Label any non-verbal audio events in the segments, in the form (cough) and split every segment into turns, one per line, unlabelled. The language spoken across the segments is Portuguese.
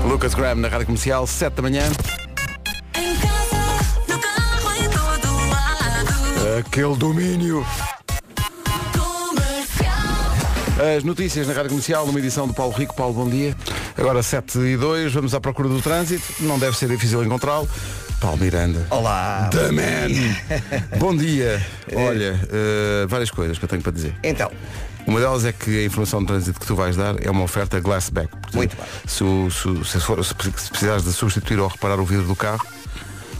Lucas Graham na Rádio Comercial, 7 da manhã.
Em casa, no carro, em todo lado.
Aquele domínio.
Comercial.
As notícias na Rádio Comercial, numa edição do Paulo Rico. Paulo, bom dia. Agora 7 e 2, vamos à procura do trânsito. Não deve ser difícil encontrá-lo. Paulo Miranda.
Olá.
The man. bom dia. Olha, eh, várias coisas que eu tenho para dizer.
Então,
Uma delas é que a informação de trânsito que tu vais dar é uma oferta Glassback. Portanto,
Muito bem.
Se, o- se- se for- se precisares de substituir ou reparar o vidro do carro,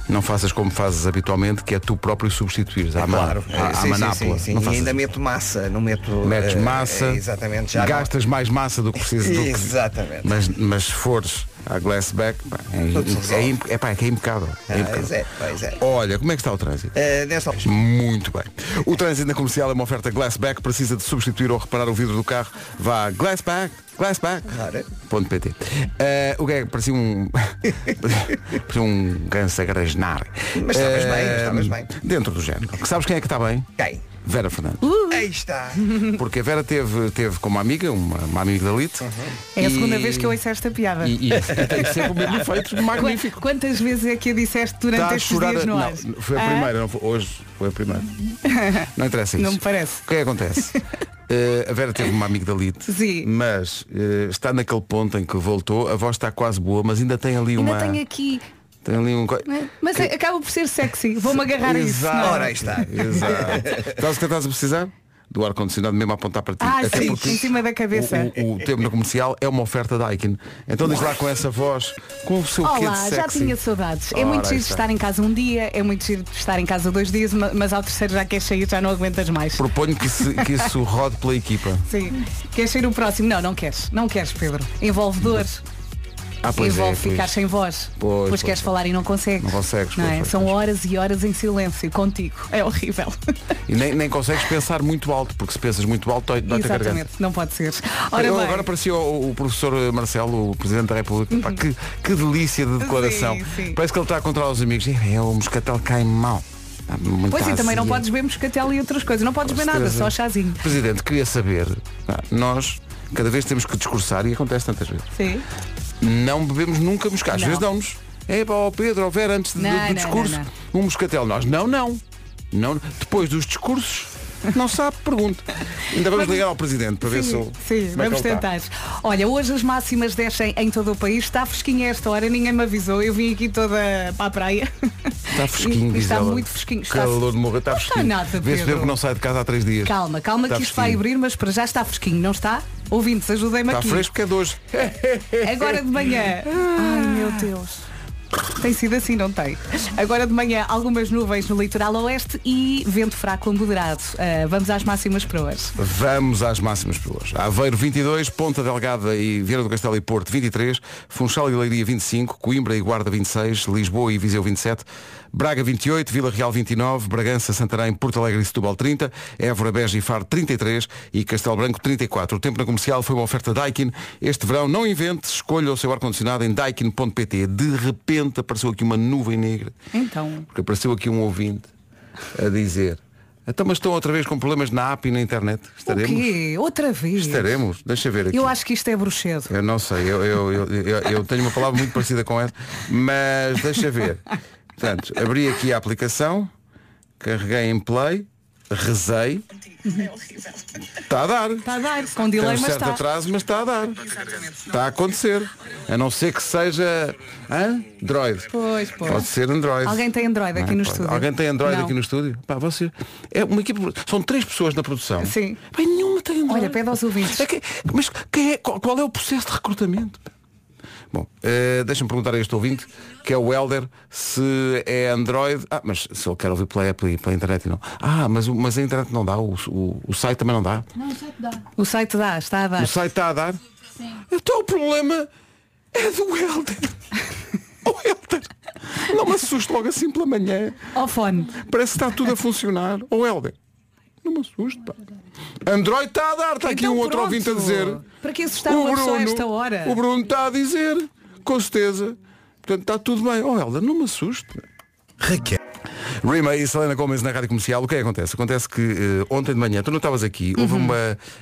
não faças como fazes habitualmente, que é tu próprio substituir. À
claro,
man, à, à
sim, sim,
manápola.
sim, sim.
Não
E
faças
ainda
isso.
meto massa, não meto.
Metes
eh,
massa,
eh, exatamente, já.
gastas mais massa do que precisas. do que-
Exatamente.
Mas, mas se fores à Glassback, pá, é,
Tudo se
im- é,
resolve.
im- é, pá, é que é impecável. É
Ah,
impecável.
pois é, pois é.
Olha, como é que está o trânsito?
Eh, nessa altura.
Muito bem. O trânsito na comercial é uma oferta Glassback. Precisa de substituir ou reparar o vidro do carro? Vá a Glassback.
Ora.
Glassback.pt Eh, O que é que parecia um. (laughs) parecia um ganso a grasnar.
Mas estavas bem,
Eh,
estavas bem.
Dentro do género. Sabes quem é que está bem?
Quem?
Vera Fernandes.
Aí está. É
Porque a Vera teve, teve como amiga, uma, uma amiga da Lite.
É a segunda
e-
vez que eu ouço esta piada.
E, e, e tem sempre o mesmo
(laughs)
efeito
Qu-
magnífico.
Quantas vezes é que a disseste durante
Está Tá a
estes
chorar.
dias
a-
no
não,
ar?
foi a
Ah,
primeira, não foi- hoje foi a
(laughs)
primeira. Não interessa isso.
Não me parece.
O que é que acontece?
(laughs)
Eh, a Vera teve uma amigdalite,
Sim.
mas eh, está naquele ponto em que voltou, a voz está quase boa, mas ainda tem ali
Ainda
uma.
tenho aqui.
Tem ali um. co-
Mas é- acaba por ser sexy. Vou-me agarrar a isso.
Exato.
não é?
Ora, aí está.
Exato. Sabes o que estás a precisar? Do ar-condicionado mesmo a apontar para ti.
Ah,
Até
sim,
porque
em cima da cabeça.
O, o, o tempo no comercial é uma oferta da Daikin. Então diz lá com essa voz, com o seu quê de
Olá,
sexy.
já tinha saudades. É
Ora,
muito
aí
giro
está.
estar em casa um dia, é muito giro estar em casa dois dias, ma- mas ao terceiro já queres sair, já não aguentas mais.
Proponho que, se, que isso rode pela
(laughs)
equipa.
Sim. Queres sair o próximo? Não, não queres. Não queres, Pedro. Envolve dor,
Ah, pois
envolve
é, pois.
ficar sem voz.
Pois, pois, pois.
queres falar e não consegues.
Não consegues,
é?
pois, pois,
São
pois.
horas e horas em silêncio contigo. É horrível. (laughs)
E nem, nem consegues pensar muito alto, porque se pensas muito alto, dói- dói-te a garganta.
Exatamente, não pode ser. Ora
Eu
bem,
agora parecia o, o professor eh, Marcelo, o Presidente da República. Pá, que, que delícia de declaração.
Sim, sim.
Parece que ele está a controlar os amigos. É, é, o moscatel cai mal. Há muita
pois e também não
azia.
podes beber moscatel e outras coisas. Não podes
Com
beber nada,
certeza.
só chazinho.
Presidente, queria saber, pá, nós cada vez temos que discursar, e acontece tantas vezes,
Sim.
não bebemos nunca moscatel. Às
Não.
vezes damos. É para o Pedro, houver antes de-
Não,
do, do
não,
discurso,
não,
um moscatel. Nós, não, não. não depois dos discursos, não sabe, pergunto. Ainda vamos ligar ao Presidente para ver se
Sim,
o-
sim,
como é que
vamos
ele está.
tentar. Olha, hoje as máximas descem em todo o país. Está fresquinho a esta hora, ninguém me avisou. Eu vim aqui toda para
(laughs)
a praia.
Está Tá fresquinho,
E- e
diz
Está
ela.
muito fresquinho. Está-
Calor de morrer, está
Não está
fresquinho.
nada,
Vê-se mesmo
Pedro.
que não sai de casa há três dias.
Calma, calma
Está
que isto vai
fresquinho.
abrir, mas para já está fresquinho, não está? Ouvintes, ajudem-me
Está
aqui.
fresco porque é de hoje.
Agora
(laughs)
de manhã. Ai meu Deus. Tem sido assim, não tem? Agora de manhã, algumas nuvens no litoral oeste e vento fraco a moderado. Ah, vamos às máximas para hoje.
Vamos às máximas para hoje. Aveiro 22, Ponta Delgada e Vieira do Castelo e Porto 23, Funchal e Leiria 25, Coimbra e Guarda 26, Lisboa e Viseu 27, Braga 28, Vila Real 29, Bragança, Santarém, Porto Alegre e Setúbal 30, Évora, Beja e Faro 33 e Castelo Branco 34. O tempo na comercial foi uma oferta Daikin. Este verão não invente, escolha o seu ar-condicionado em daikin.pt. De repente apareceu aqui uma nuvem negra.
Então,
Porque apareceu aqui um ouvinte a dizer Então mas estão outra vez com problemas na app e na internet Estaremos?
o quê? Outra vez?
Estaremos? Deixa ver aqui
Eu acho que isto é bruxedo.
Eu não sei, eu, eu, eu, eu- eu tenho uma palavra muito parecida com essa Mas deixa ver Portanto, abri aqui a aplicação Carreguei em play Rezei Está a dar
Está a dar, com
tem
delay,
um
mas
certo
está.
atraso, mas está a dar. Está a acontecer. A não ser que seja hã? Android.
Pois, pois.
Pode ser Android.
Alguém tem Android aqui
Não,
no
pode.
estúdio?
Alguém tem Android
Não.
aqui no estúdio? Pá, você. É uma equipe. São três pessoas na produção.
Sim.
Pá, nenhuma tem Android.
Olha, pede aos ouvintes.
É que- mas quem é- qual, qual é o processo de recrutamento? Bom, eh, deixa-me perguntar a este ouvinte, que é o Helder, se é Android. Ah, mas se ele quer ouvir pela Apple e pela internet não. Ah, mas, o- mas a internet não dá, o, o, o site também não dá.
O site dá, está a dar.
O site está a dar? Então o problema é do Helder. (laughs) o Helder. Não me assuste logo assim pela manhã.
Ao fone.
Parece que está tudo a funcionar. O Helder. Não me assuste, pá. Android está a dar, está aqui
Então
um outro
pronto.
ouvinte a dizer.
Para que assustar uma pessoa a esta hora?
O Bruno está a dizer, com certeza. Portanto, está tudo bem. Oh Helder, não me assuste.
Raquel.
Rima e Selena Gomes na Rádio Comercial, o que é que acontece? Acontece que eh, ontem de manhã, tu não estavas aqui,
Uhum.
houve uma,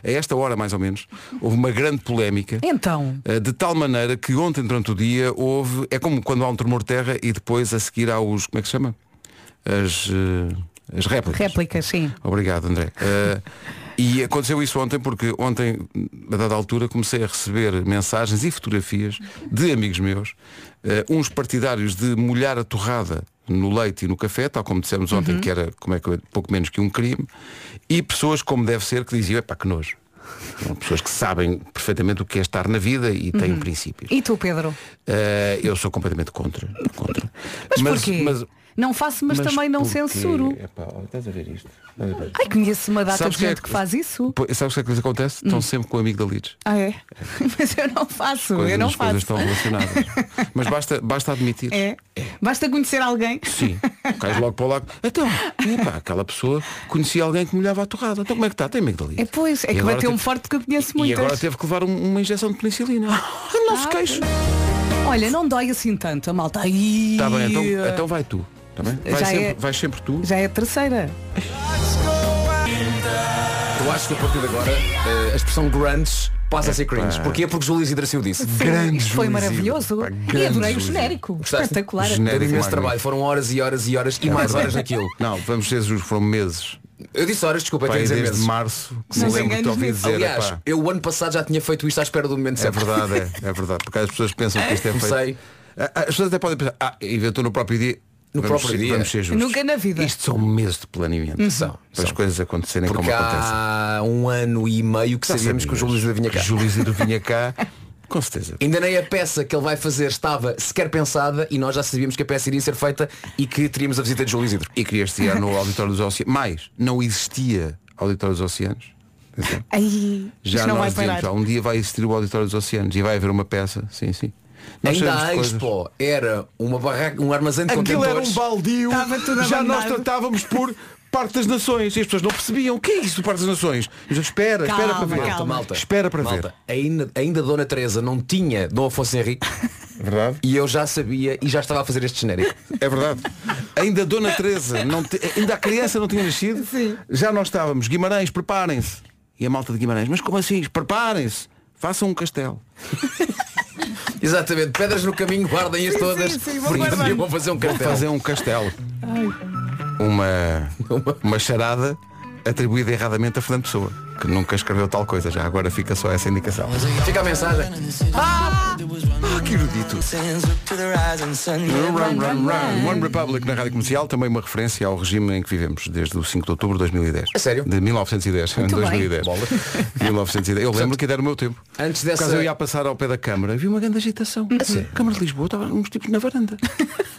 a esta hora mais ou menos, houve uma grande polémica.
Então.
Eh, De tal maneira que ontem durante o dia houve. É como quando há um tremor de terra e depois a seguir há os. Como é que se chama? As, eh, as réplicas.
Réplica, sim.
Obrigado, André. (laughs) Eh, e aconteceu isso ontem porque ontem, a dada altura, comecei a receber mensagens e fotografias de amigos meus, eh, uns partidários de molhar a torrada no leite e no café, tal como dissemos ontem,
Uhum.
que era como é que, eu- pouco menos que um crime, e pessoas, como deve ser, que diziam, epá, que nojo. São pessoas que sabem perfeitamente o que é estar na vida e têm
Uhum.
princípios.
E tu, Pedro?
Eh, eu sou completamente contra. contra.
Mas, porquê? não faço, mas, também não
porquê?
censuro.
Epá, olha, estás a ver isto? Estás a ver.
Ai, conheço uma data
Sabes
de
quem é
gente que...
que-
faz isso.
Pois, Sabes o que é que lhes acontece? Estão sempre com o amigo da Lides.
Ah, é? (laughs) mas eu não faço,
Coisas,
eu não
as coisas
faço.
estão
(laughs)
relacionadas. Mas basta, basta admitir.
É. Basta conhecer alguém.
Sim. Cais logo para o lado. Então, epá, aquela pessoa conhecia alguém que me olhava a torrada. Então como é que está? Tem amigdalite.
É pois, é
E
que
agora
bateu-me
teve-
forte que eu conheço
E
muitas. Ah,
agora teve que levar um- uma injeção de
(laughs)
penicilina. Ah, não se queixo.
Olha, não dói assim tanto, a malta.
Está
Está
bem, então, então vai tu. Tá bem? Vai,
Já
sempre,
é-
vai sempre tu.
Já é a terceira.
Eu acho que a partir de agora eh, a expressão grunge passa a ser cringe. Porquê? Porque Júlio Isidro disse.
Grande
Isto foi
Júlio
maravilhoso.
Isidro, pá,
e
grande
adorei o
Júlio
genérico.
Gostaste?
Espetacular.
Genérico.
Deu imenso
magnífico.
trabalho. Foram horas e horas e horas
É
e mais horas (laughs) naquilo.
Isidro. Não, vamos ser justos, foram meses.
Eu disse horas, desculpa,
Pá,
quer
aí
dizer
desde
meses.
março que me
Não
lembro de te
engano
ouvir
nisso.
dizer.
Aliás,
epá,
eu o ano passado já tinha feito isto à espera do momento
É
certo.
verdade, é, é verdade. Porque as pessoas pensam que isto é feito.
Comecei.
Ah, ah, As pessoas até podem pensar, ah, inventou no próprio dia.
No
Vamos
próprio
ser-
dia.
Vamos ser justos.
Nunca na vida. Uhum.
Isto são meses de planeamento. São. Para as coisas acontecerem
Porque
como acontecem.
há um ano e meio que sabíamos que o Júlio Isidro vinha cá.
Que Júlio Isidro
(laughs)
vinha cá, com certeza.
Ainda nem a peça que ele vai fazer estava sequer pensada e nós já sabíamos que a peça iria ser feita e que teríamos a visita de Júlio Isidro.
E queria estrear no Auditório dos Oceanos. Mais, não existia Auditório dos Oceanos. Atenção.
Ai,
Já
isto não vai
nós dizíamos,
parar.
"Ah, um dia vai existir o Auditório dos Oceanos e vai haver uma peça. Sim, sim. Nós
Ainda
sabemos de
a
coisas.
Expo era uma barraca, um armazém de
Aquilo era
contentores.
um baldio.
Estava tudo
Já nós
abandonado.
tratávamos por Parque das Nações. E as pessoas não percebiam. O que é isso do Parque das Nações? Eu disse, espera, espera para
Calma,
ver.
calma.
Malta,
Espera para
malta, Ainda, ainda Dona Teresa não tinha Dom Afonso Henrique
ver. Verdade?
e eu já sabia e já estava a fazer este genérico.
É verdade. Ainda Dona Teresa, não te- ainda a criança não tinha nascido.
Sim.
Já nós estávamos. Guimarães, preparem-se. E a malta de Guimarães, mas como assim? Preparem-se. Façam um castelo.
Exatamente, pedras no caminho, guardem as
Sim,
todas.
sim, sim, vou
porque
guardando.
eu vou fazer um
Vão
cartel.
fazer um castelo. Uma, uma charada atribuída erradamente a Fernando Pessoa, que nunca escreveu tal coisa. Já agora fica só essa indicação.
Fica a mensagem.
Ah, que erudito. Run, run, run. One Republic na Rádio Comercial, também uma referência ao regime em que vivemos desde o 5 de outubro de 2010.
É sério?
De 1910.
Muito bem.
2010. (laughs) 1910. Eu lembro que ainda era o meu tempo.
Antes
Por acaso
dessa-
eu ia a passar ao pé da Câmara, vi uma grande agitação. Câmara de Lisboa, estavam uns tipos na varanda.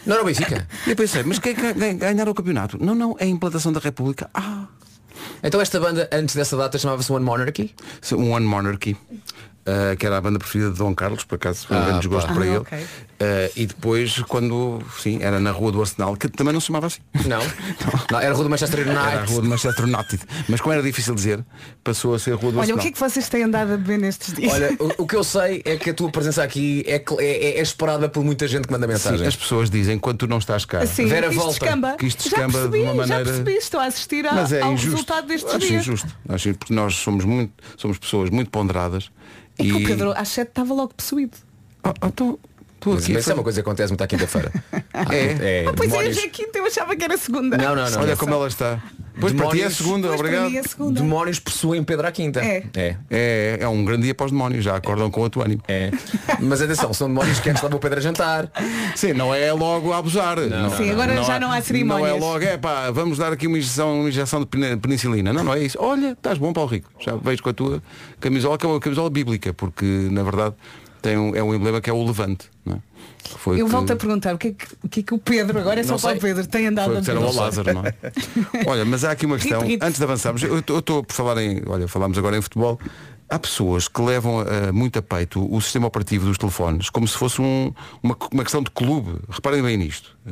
Não era o Benfica.
E eu pensei, mas quem é que vai ganhar o campeonato? Não, não, é a implantação da República. Ah,
Então esta banda, antes dessa data, chamava-se One Monarchy.
um One Monarchy. ah, que era a banda preferida de Dom Carlos, por acaso foi um
Ah,
grande desgosto
pá.
para
Ah,
ele.
ok.
Ah, e depois, quando, sim, era na Rua do Arsenal, que também não se chamava assim.
(laughs) Não. não era a Rua do Manchester
Era a
United.
rua de Manchester United. Mas como era difícil dizer, passou a ser a rua do
Olha, o
Arsenal.
que é que vocês têm andado a beber nestes dias?
Olha, o, o que eu sei é que a tua presença aqui é, cl- é- é- é esperada por muita gente que manda
Sim,
mensagem.
as pessoas dizem quando tu não estás cá.
(laughs) Assim,
Vera
isto
volta,
descamba.
que isto
já
descamba de
percebi,
uma maneira-
já percebi, estou a assistir a-
Mas é
ao
injusto.
um resultado destes
Acho
dias.
injusto. Acho porque nós somos muito, somos pessoas muito ponderadas.
É que
e
o Pedro às 7 estava logo possuído.
Ah, ah, então, tu
Mas
aqui.
isso é uma coisa que acontece muito à quinta-feira.
É.
Pois é,
demónios.
hoje é quinta, eu achava que era segunda.
Não, não, não.
Olha como ela está. Pois para ti é
Demónios.
segunda,
Pois, para
obrigado.
mim é segunda.
Demónios possuem pedra à quinta.
É.
é.
É, é um grande dia para os demónios, já acordam com o outro ânimo.
É. Mas atenção, são demónios que antes levam pedra a jantar.
Sim, não é logo a abusar. Não,
Sim, agora já
é-
não há cerimónias.
Não é logo, é pá, vamos dar aqui uma injeção, uma injeção de pene- penicilina. Não, não é isso. Olha, estás bom, Paulo Rico. Já vejo com a tua camisola, que é uma camisola bíblica, porque na verdade tem um, é um emblema que é o levante. Não é? Que foi
Eu
que-
volto a perguntar o que é que, o que, é que o Pedro, agora é só
Não
para o
sei.
Pedro, tem andado
foi
a
o que disseram ao
beber.
Lázaro, não é? (laughs) Olha, mas há aqui uma questão,
Rito, rito.
antes de avançarmos, eu estou por falar em, olha, falámos agora em futebol, há pessoas que levam eh, muito a peito o sistema operativo dos telefones como se fosse um- uma, uma questão de clube. Reparem bem nisto. Eh,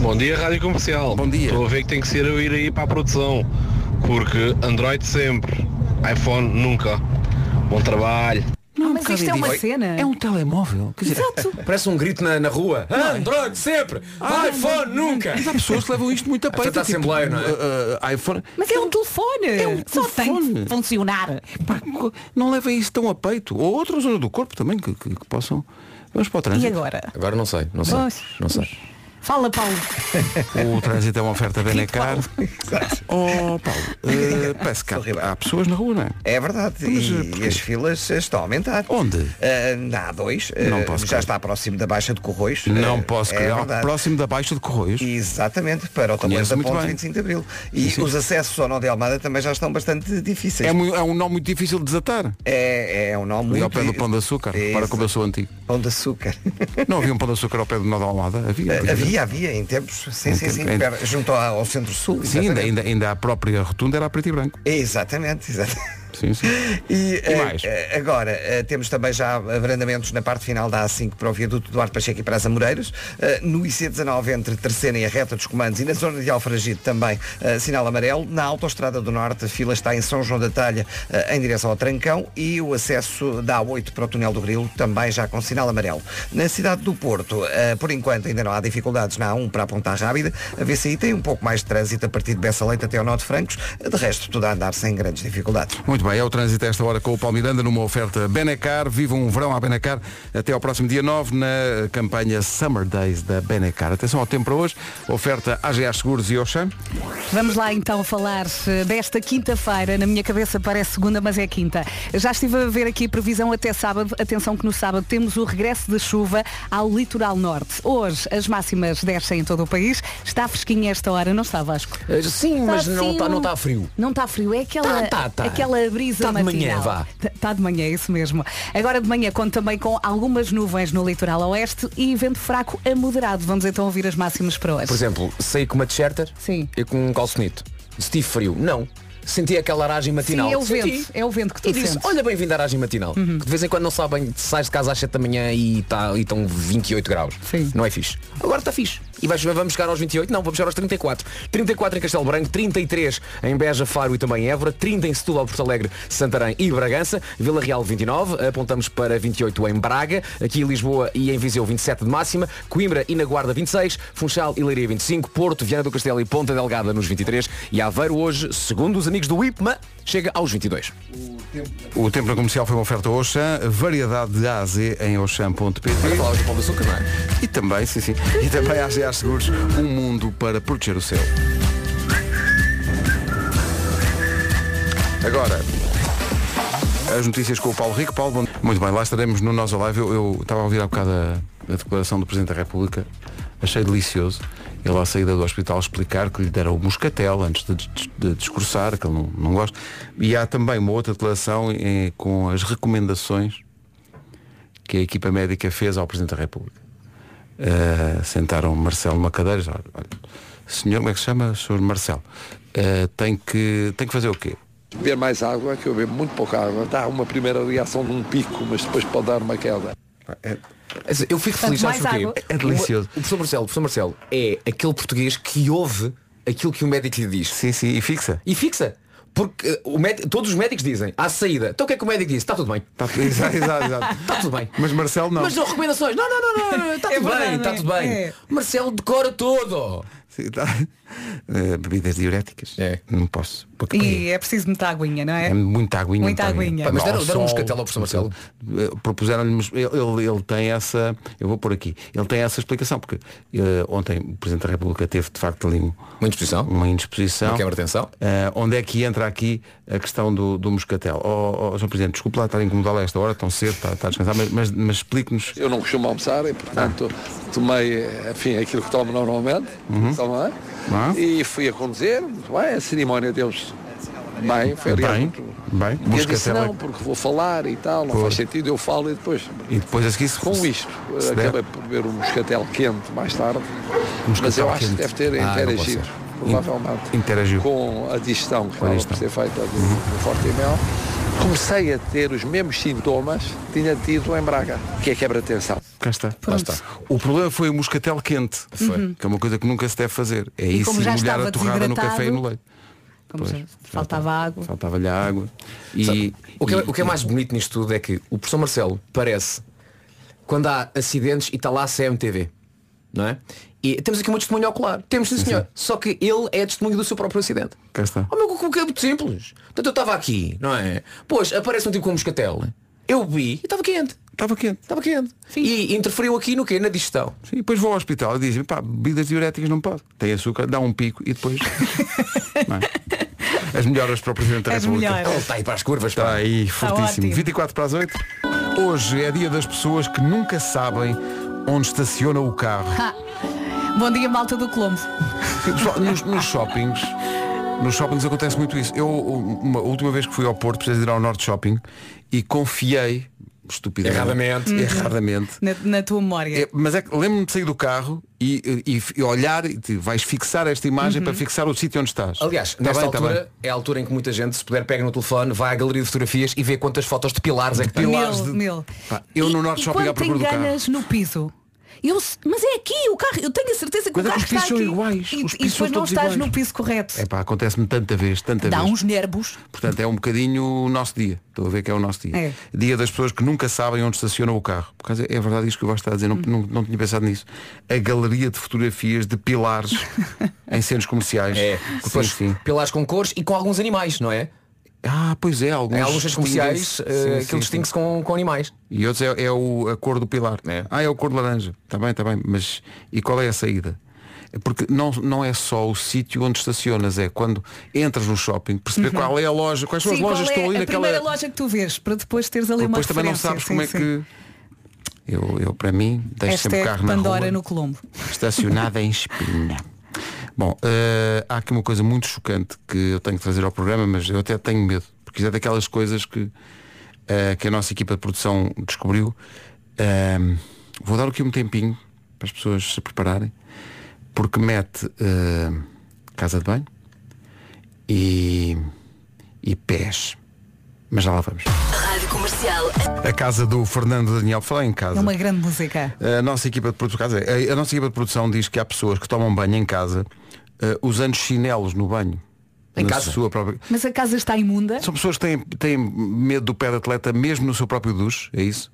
Bom dia, Rádio Comercial.
Bom dia.
Estou a ver que tem que ser eu ir aí para a produção. Porque Android sempre, iPhone nunca. Bom trabalho.
Não, Mas isto é uma cena.
É um telemóvel. Quer dizer,
Exato.
Parece um grito na, na rua. Android sempre! iPhone nunca!
Mas há pessoas que levam isto muito a
Até
peito.
da Assembleia, não é?
ah, ah, iPhone.
Mas é um telefone.
É um
Só tem
telefone.
que funcionar.
Pá, Então, co- não levem isso tão a peito. Ou outra zona do corpo também que, que- que possam. Vamos para o
E
trânsito.
agora?
Agora não sei, não sei.
Pois.
Não sei.
Fala, Paulo.
O trânsito é uma oferta Benecar. Oh, Paulo,
(laughs)
eh, parece que há,
Horrível.
há pessoas na rua, não é?
É verdade.
Mas, eh,
e
porquê?
as filas eh, estão a aumentar.
Onde?
Eh, na A2. eh,
Não posso
já
crer.
está próximo da Baixa de Corroios.
Não
Eh,
posso
é
criar.
verdade.
Próximo da Baixa de Corroios.
Exatamente, para o tabuleiro
Conheço
da
muito
ponte
bem.
25 de Abril. E
Sim, sim.
os acessos ao nó de Almada também já estão bastante difíceis.
É, mu- é um nó muito difícil de desatar.
É, é um nó muito...
E ao pé do Pão de Açúcar. Para como eu sou antigo.
Pão de Açúcar.
Não havia um Pão de Açúcar ao pé do Nó da Almada? Havia. pois é.
havia, havia, em tempos. Sim,
Em
sim, sim.
tempos, em-
Pera, junto ao ao Centro-Sul.
Sim, ainda, ainda, ainda a própria rotunda era a preto e branco.
Exatamente, exatamente.
Sim, sim.
E, eh,
mais?
eh, agora, eh, temos também já abrandamentos na parte final da A5 para o viaduto Duarte Pacheco e para as Amoreiras. Eh, no IC19, entre Terceira e a reta dos comandos e na zona de Alfragide também eh, sinal amarelo. Na Autostrada do Norte, a fila está em São João da Talha eh, em direção ao Trancão e o acesso da A8 para o Tunel do Grilo também já com sinal amarelo. Na cidade do Porto, eh, por enquanto ainda não há dificuldades na A1 para a Ponta Rábida. A VCI tem um pouco mais de trânsito a partir de Bessa Leite até ao Nó de Francos. De resto, tudo a andar sem grandes dificuldades.
Muito bem, é o trânsito a esta hora com o Palmiranda numa oferta Benecar. Viva um verão à Benecar até ao próximo dia 9 na campanha Summer Days da Benecar. Atenção ao tempo para hoje. Oferta AGA Seguros e Oxam.
Vamos lá então falar eh, desta quinta-feira. Na minha cabeça parece segunda, mas é quinta. Já estive a ver aqui a previsão até sábado. Atenção que no sábado temos o regresso da chuva ao litoral norte. Hoje as máximas descem em todo o país. Está fresquinha esta hora, não está assim um- Vasco?
Eh, Sim, mas não está
frio.
não tá frio.
Não está frio, é aquela,
Tá, tá, tá.
aquela brisa
Tá de
matinal.
manhã, vá.
Está de manhã, é isso mesmo. Agora de manhã conto também com algumas nuvens no litoral oeste e vento fraco a moderado. Vamos então ouvir as máximas para hoje.
Por exemplo, saí com uma t-shirt
Sim.
e com um calçonito. Estive frio. Não. Senti aquela aragem matinal.
Sim, é o
Senti.
vento, é o vento que tu
E disse,
sentes. Uhum.
olha bem-vindo à aragem matinal. Que de vez em quando não sabem, sais de casa às 7 da manhã e tá- e estão 28 graus.
Sim.
Não é fixe. Agora está fixe. E vais, vamos chegar aos 28? Não, vamos chegar aos 34. 34 em Castelo Branco, 33 em Beja, Faro e também em Évora, 30 em Setúbal, Porto Alegre, Santarém e Bragança, Vila Real 29, apontamos para 28 em Braga, aqui em Lisboa e em Viseu 27 de máxima, Coimbra e na Guarda 26, Funchal e Leiria 25, Porto, Viana do Castelo e Ponta Delgada nos 23 e Aveiro hoje, segundo os amigos do IPMA, chega aos 22.
O tempo na comercial foi uma oferta Oxam. Variedade de A a Z em Oxam.pt.
Falavas do Pão de Açúcar, não é?
E também, sim, sim. E também a AGA Seguros. Um mundo para proteger o seu. Agora, as notícias com o Paulo Rico. Paulo, bom... Muito bem, lá estaremos no Nós Live. Eu, eu estava a ouvir há bocado a, a declaração do Presidente da República. Achei delicioso. Ele à saída do hospital explicar que lhe deram o moscatel antes de, de, de discursar, que ele não, não gosta. E há também uma outra declaração eh, com as recomendações que a equipa médica fez ao Presidente da República. Uh, sentaram Marcelo numa cadeira e disseram, "Olha, senhor, como é que se chama? Senhor Marcelo, uh, tem, que, tem que fazer o quê?
beber mais água, que eu bebo muito pouca água, dá uma primeira reação de um pico, mas depois pode dar uma queda.
Quer dizer, É assim, Eu fico feliz,
mais
sabes porquê?
água.
É delicioso.
O professor Marcelo, o professor Marcelo é aquele português que ouve aquilo que o médico lhe diz
Sim, sim, e fixa.
e fixa. Porque eh, o médico, todos os médicos dizem, à saída, então o que é que o médico diz? Está tudo bem.
Tá, (laughs) exato, exato, exato.
(laughs) Está tudo bem.
Mas Marcelo não.
Mas não recomendações. Não, não, não, não. Está
É
tudo bem,
verdade,
está
é.
tudo bem.
É.
Marcelo decora tudo.
Sim, tá. Uh, bebidas diuréticas.
É.
Não posso. Porque,
E é preciso muita aguinha, não
É
é?
muita aguinha.
Muita aguinha. Pá,
mas deram-
Ao
deram um
sol.
moscatel ao professor Marcelo?
Eh, Propuseram-lhe, mos- ele, ele- ele tem essa, eu vou pôr aqui, ele tem essa explicação, porque eh, ontem o Presidente da República teve de facto ali um-
Uma indisposição.
Uma indisposição.
Uma quebra-tensão.
Eh, onde é que entra aqui a questão do, do moscatel? Oh, oh, Sr. Presidente, desculpe lá estar a incomodá-lo a esta hora, tão cedo, está, está a descansar, mas, mas, mas explique-nos.
Eu não costumo almoçar e, portanto, tomei, enfim, aquilo que tomo normalmente,
Uhum.
está bem?
Ah.
e fui a conduzir, muito bem, a cerimónia deles bem, foi aliás
Bem,
muito...
bem,
E eu disse
moscatel.
não,
é-
porque vou falar e tal, não faz sentido, eu falo e depois...
E depois a seguir se
um
Com
se-
isto,
eh,
se der-
acabei por beber um moscatel quente mais tarde,
Moscatel
mas eu acho
quente.
que deve ter
Ah, não pode
interagido,
ser.
provavelmente,
Interagiu.
com a digestão que estava
digestão. Uhum.
por ser feita do, do Forte Mel. Comecei a ter os mesmos sintomas que tinha tido em Braga, que é quebra-tensão.
Cá está.
Pronto. está.
O problema foi o moscatel quente, que é uma coisa que nunca se deve fazer. É isso
como
e
já
molhar
estava
a torrada no café e no
desidratado, Uhum.
leite.
como
Pois,
já faltava água.
Faltava-lhe água.
Sabe,
E,
o, que é,
e-
o que é mais bonito nisto tudo é que o professor Marcelo parece quando há acidentes e está lá a CMTV. Não é? E temos aqui uma testemunha ocular. Temos sim senhor. Só que ele é testemunho do seu próprio acidente.
Cá está.
Oh, meu, o que é muito simples. Portanto, eu estava aqui, não é? Pois, aparece um tipo com um moscatel. Eu vi e estava quente.
Estava quente.
Estava quente. E interferiu aqui no quê? Na digestão.
Sim, depois vou ao hospital e dizem, pá, bebidas diuréticas não pode. Tem açúcar, dá um pico e
(laughs)
depois. Não é? As melhoras para o Presidente da
As
República.
melhoras.
Ele está aí para as curvas.
Está
pá.
aí, fortíssimo.
ótimo.
24 para as 8. Hoje é dia das pessoas que nunca sabem onde estaciona o carro. (laughs)
Bom dia, malta do Colombo.
Pessoal, nos, nos shoppings. Nos shoppings acontece muito isso. Eu, uma a última vez que fui ao Porto, precisei de ir ao Norte Shopping e confiei, estupidamente,
Erradamente.
erradamente
Na, na tua memória.
É, mas é que lembro-me de sair do carro e, e- e olhar e te- vais fixar esta imagem para fixar o sítio onde estás.
Uhum. Aliás,
Tá
nesta
bem, tá
altura
bem.
é a altura em que muita gente, se puder, pega no telefone, vai à galeria de fotografias e vê quantas fotos de pilares é que tem.
pilares
mil,
de-
mil.
Pá, eu
E-
no Norte
e
Shopping à
quando
procura do
tem
carro.
ganas no piso. Eu, s- mas é aqui o carro, eu tenho a certeza que
Mas
o
é que
carro
os pisos
está
são
aqui.
iguais,
E,
os pisos são
e depois não
todos
estás
iguais.
no piso correto.
É pá, acontece-me tanta vez, tanta
Dá
um
vez.
uns nervos.
Portanto, é um bocadinho o nosso dia. Estou a ver que é o nosso dia.
É.
Dia das pessoas que nunca sabem onde estacionam o carro. Por acaso é verdade isto que eu gosto de dizer, não, não, não tinha pensado nisso. A galeria de fotografias de
(laughs)
pilares em centros comerciais.
É,
Sim,
depois
sim.
pilares com cores e com alguns animais, não é?
Ah, pois é, alguns,
Em alguns centros comerciais
distinguem-se.
eh,
Sim, sim,
aquilo
sim.
distingue-se com, com animais.
E outros é, é o, a cor do pilar. Ah, é o cor de laranja. Está bem, está bem. Mas e qual é a saída? É Porque não, não é só o sítio onde estacionas, é quando entras no shopping, perceber qual é a loja, quais são
Uhum. Sim,
as lojas que
qual é
estão ali
a
naquela.
primeira loja que tu vês, para depois teres ali uma
Depois também não
referência,
sabes
sim,
como é
sim.
que. Eu, eu para mim, deixo sempre o
Hashtag
carro na
Pandora
rua,
no Colombo.
estacionada em espinha. Bom, eh, há aqui uma coisa muito chocante que eu tenho que trazer ao programa, mas eu até tenho medo, porque isso é daquelas coisas que, eh, que a nossa equipa de produção descobriu. Ahm, vou dar aqui um tempinho para as pessoas se prepararem, porque mete eh, casa de banho e, e pés. Mas já lá vamos.
Rádio Comercial.
A casa do Fernando Daniel, falei em casa.
É uma grande música.
A nossa equipa de produção, quer dizer, a- a nossa equipa de produção diz que há pessoas que tomam banho em casa eh, usando chinelos no banho.
Em
Na
casa?
Sua própria...
Mas a casa está imunda.
São pessoas que têm, têm medo do pé de atleta mesmo no seu próprio duche, é isso?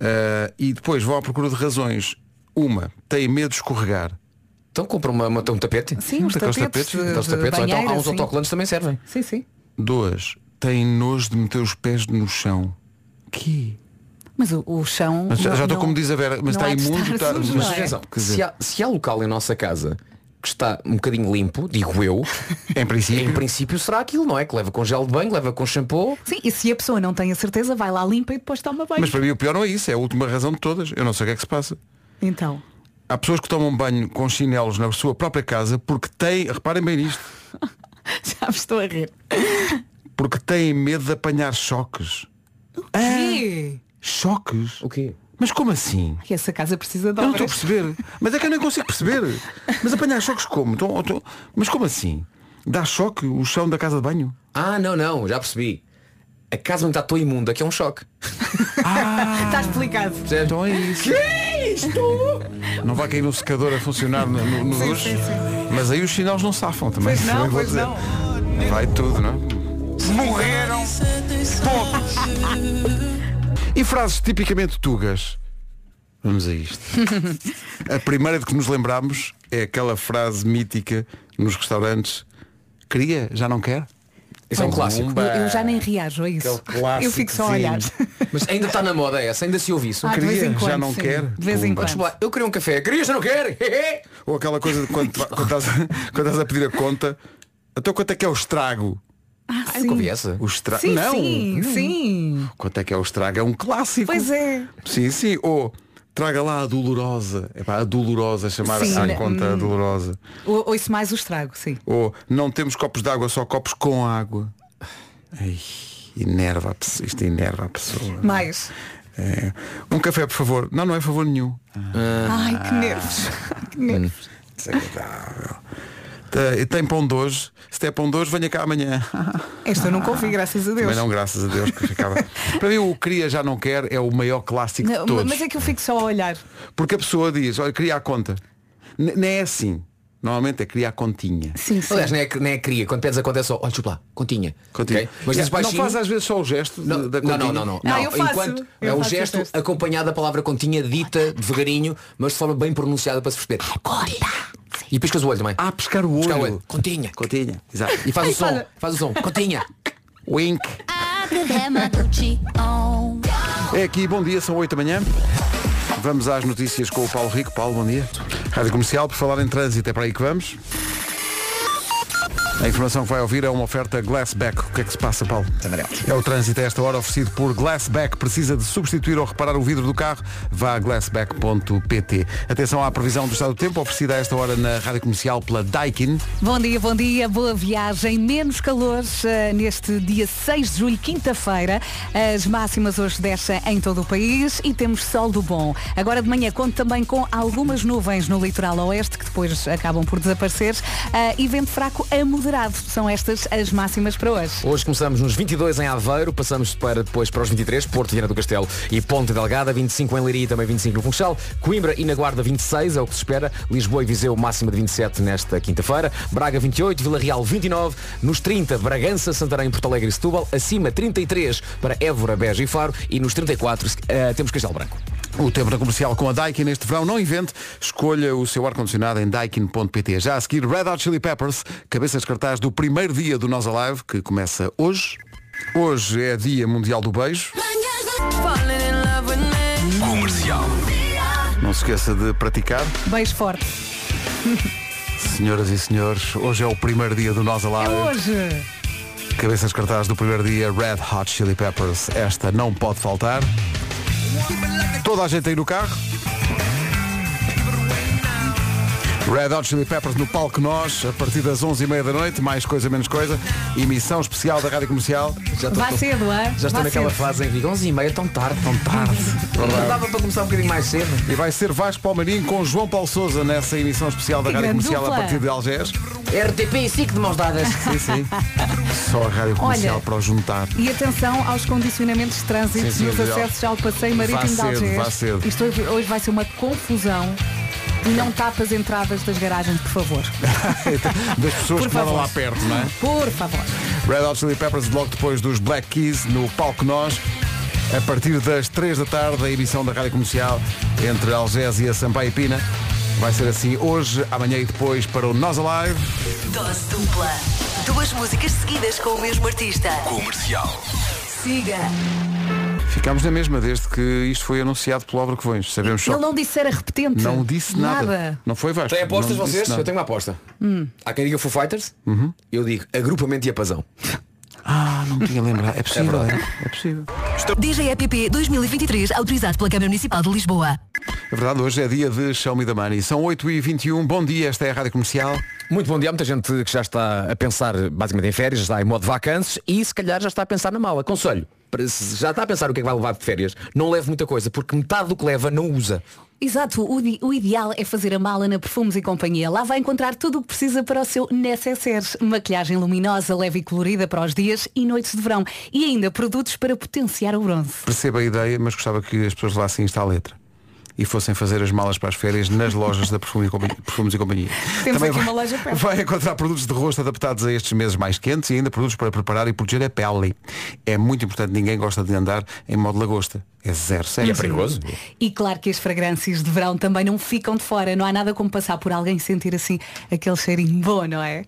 Eh, e depois vão à procura de razões. Uma, têm medo de escorregar.
Então compra uma, uma- um tapete.
Sim, os
Daqueles
tapetes,
tapetes, eh,
de,
Então, os
de
tapetes, ou então
banheira,
há uns
sim.
autocolantes que também servem.
Sim, sim.
Duas, têm nojo de meter os pés no chão. Que?
Mas o, o chão.
Mas já-
não-
já estou
não-
como diz a Vera, mas
não
está
há de
imundo,
estar
está-
sujo,
mas
não é?
atenção. Quer dizer-
Se há, se há local em nossa casa que está um bocadinho limpo, digo
(laughs)
eu,
Em
em
princípio,
princípio será aquilo, não é? Que leva com gel de banho, leva com shampoo.
Sim, e se a pessoa não tem a certeza, vai lá limpa e depois toma banho.
mas para mim o pior não é isso, é a última razão de todas. Eu não sei o que é que se passa.
Então. (laughs)
Há pessoas que tomam banho com chinelos na sua própria casa porque têm, reparem bem nisto,
Já me estou a rir.
porque têm medo de apanhar choques. Ah.
E
Choques?
O quê?
Mas como assim?
essa casa precisa de
Eu não estou a
obras.
perceber. Mas é que eu nem consigo perceber. Mas apanhar choques como? Então, então- Mas como assim? Dá choque o chão da casa de banho?
Ah, não, não, já percebi. A casa onde está tão imunda que é um choque.
Está explicado.
Então é isso. Não vai cair no secador a funcionar no, no, no duche. Mas aí os chinelos não safam também.
Pois não,
Também vou
pois
dizer. Vai tudo, não é?
Morreram todos.
E frases tipicamente tugas. Vamos a isto. a primeira de que nos lembramos é aquela frase mítica nos restaurantes. Queria, já não quer?
Isso é um
Olha,
clássico.
Eu, eu já nem reajo a isso.
Aquele clássico,
Eu fico só a
sim.
olhar.
(laughs)
(laughs)
Mas ainda está na moda essa, ainda se ouve isso.
Ah, de vez
Queria,
em
já
quando.
não
sim.
quer?
De vez em
Pumba.
Vamos
quando.
lá, eu queria um café. Queria, já não quero. (laughs)
Ou aquela coisa de quando, quando, estás, (laughs) quando estás a pedir a conta, até quanto é que é o estrago?
Ah,
Ah,
sim.
nunca ouvi essa.
O estra...
Sim,
é não.
sim, sim.
Quanto é que é o estrago? É um clássico.
Pois é.
Sim, sim. Ou traga lá a dolorosa. É a dolorosa, chamar
Sim,
a
né?
conta a dolorosa.
Ou, ou isso mais o estrago, sim.
Ou não temos copos de água, só copos com água. Ai, enerva a pessoa. Isto enerva a pessoa.
Mais.
É. Um café, por favor. Não, não é favor nenhum.
Ai, que nervos.
Ah.
Que nervos.
Desagradável. Tem- Tem pão de hoje. Se tem pão de hoje, venha cá amanhã.
Esta eu nunca ouvi, graças a Deus.
Mas não, graças a Deus, que
(laughs)
ficava. Para mim, o queria já não quer é o maior clássico de
Não,
todos.
mas é que eu fico só a olhar.
Porque a pessoa diz, olha, queria a conta. N- Nem é assim. Normalmente é criar continha.
Sim, sim.
Aliás, nem é, nem é cria. Quando pedes a conta é só, olha, chupa lá, continha.
Continha.
Ok? Mas dizes
Yeah, não
baixinho-
faz às vezes só o gesto de-
Não,
da
não, não,
continha.
não, não.
Ah,
Não,
eu faço.
Enquanto
Eu
é um
faço o
gesto
gesto.
acompanhado da palavra continha dita devagarinho, mas de forma bem pronunciada para se perceber. E piscas o olho também.
Ah, pescar o olho.
Pescar o olho. Continha.
Continha. Exato.
(laughs) E faz o som.
olha.
Faz o som. Continha.
Wink.
on.
É aqui, bom dia, são 8 da manhã. Vamos às notícias com o Paulo Rico. Paulo, bom dia. Rádio Comercial, por falar em trânsito, é para aí que vamos. A informação que vai ouvir é uma oferta Glassback. O que é que se passa, Paulo?
Amarelo.
É o trânsito a esta hora oferecido por Glassback. Precisa de substituir ou reparar o vidro do carro? Vá a glassback.pt. Atenção à previsão do estado do tempo, oferecida a esta hora na Rádio Comercial pela Daikin.
Bom dia, bom dia, boa viagem. Menos calor eh, neste dia 6 de julho, quinta-feira. As máximas hoje descem em todo o país e temos sol do bom. Agora de manhã conto também com algumas nuvens no litoral oeste que depois acabam por desaparecer eh, e vento fraco a moderado. São estas as máximas para hoje.
Hoje começamos nos 22 em Aveiro, passamos para depois para os 23, Porto Viana do Castelo e Ponte Delgada, 25 em Leiria e também 25 no Funchal, Coimbra e na Guarda 26, é o que se espera, Lisboa e Viseu máxima de 27 nesta quinta-feira, Braga 28, Vila Real 29, nos 30 Bragança, Santarém, Porto Alegre e Setúbal, acima 33 para Évora, Beja e Faro e nos 34 eh, temos Castelo Branco.
O tempo na comercial com a Daikin este verão não invente, escolha o seu ar-condicionado em daikin.pt. Já a seguir, Red Hot Chili Peppers, cabeças de cartaz do primeiro dia do Nós Alive, que começa hoje. Hoje é Dia Mundial do Beijo.
Falling in love with me.
Não se esqueça de praticar.
Beijo forte.
Senhoras e senhores, hoje é o primeiro dia do Nós
É
Alive.
hoje.
Cabeças de cartaz do primeiro dia, Red Hot Chili Peppers. Esta não pode faltar. Toda a gente aí no carro. Red Hot Chili Peppers no palco nós, a partir das 11h30 da noite, mais coisa, menos coisa. Emissão especial da Rádio Comercial.
Já
Vá cedo, hein?
Já estou
Vá
naquela
cedo.
fase em que digo 11 e meia, tão tarde, tão tarde. Não dava para começar um bocadinho mais cedo.
E vai ser Vasco Palmeirinho com João Paulo Souza nessa emissão especial da
Que
Rádio
grande
Comercial a
dupla.
partir de Algés.
RTP e 5 de mãos dadas.
Sim, sim. Só a Rádio Comercial
Olha,
para o
(laughs)
juntar.
E atenção aos condicionamentos de trânsito
Sim, sim,
nos
Miguel.
acessos ao passeio marítimo
Vá
de
cedo,
Algés.
vá cedo.
Isto hoje, hoje vai ser uma confusão. Não tapa as entradas das garagens, por favor.
Das pessoas
Por
que moram
favor.
lá perto, não é?
Por favor.
Red Hot Chili Peppers logo depois dos Black Keys no palco Nós. A partir das 3 da tarde, a emissão da Rádio Comercial entre Algés e a Sampaio Pina. Vai ser assim hoje, amanhã e depois para o Nós Alive.
Dose dupla. Duas músicas seguidas com o mesmo artista. Comercial. Siga.
Ficámos na mesma desde que isto foi anunciado pelo Obra Covões. Sabemos só.
Ele não disse era repetente.
Não disse nada. Não foi Vasco.
Tem apostas
Não disse
vocês?
nada.
Eu tenho uma aposta. Há quem diga Foo Fighters, eu digo agrupamento e apazão.
Ah, não me tinha lembrado. É possível, é,
verdade.
é possível.
DJ EPP 2023, autorizado pela Câmara Municipal de Lisboa.
É verdade, hoje é dia de Show Me the Money. São 8h21. Bom dia, esta é a Rádio Comercial.
Muito bom dia, há muita gente que já está a pensar basicamente em férias, já está em modo vacances e se calhar já está a pensar na mala. Conselho, para- se já está a pensar o que é que vai levar de férias, não leve muita coisa, porque metade do que leva não usa.
Exato, o, di- o ideal é fazer a mala na Perfumes e Companhia. Lá vai encontrar tudo o que precisa para o seu necessaire. Maquilhagem luminosa, leve e colorida para os dias e noites de verão. E ainda produtos para potenciar o bronze.
percebo a ideia, mas gostava que as pessoas levassem isto à letra e fossem fazer as malas para as férias nas lojas da Perfume e Companhia- Perfumes e Companhia.
Temos aqui
vai,
uma loja perto.
vai encontrar produtos de rosto adaptados a estes meses mais quentes e ainda produtos para preparar e proteger a pele. É muito importante, ninguém gosta de andar em modo lagosta. É zero, sério.
E claro que as fragrâncias de verão também não ficam de fora. Não há nada como passar por alguém e sentir assim aquele cheirinho bom, não é?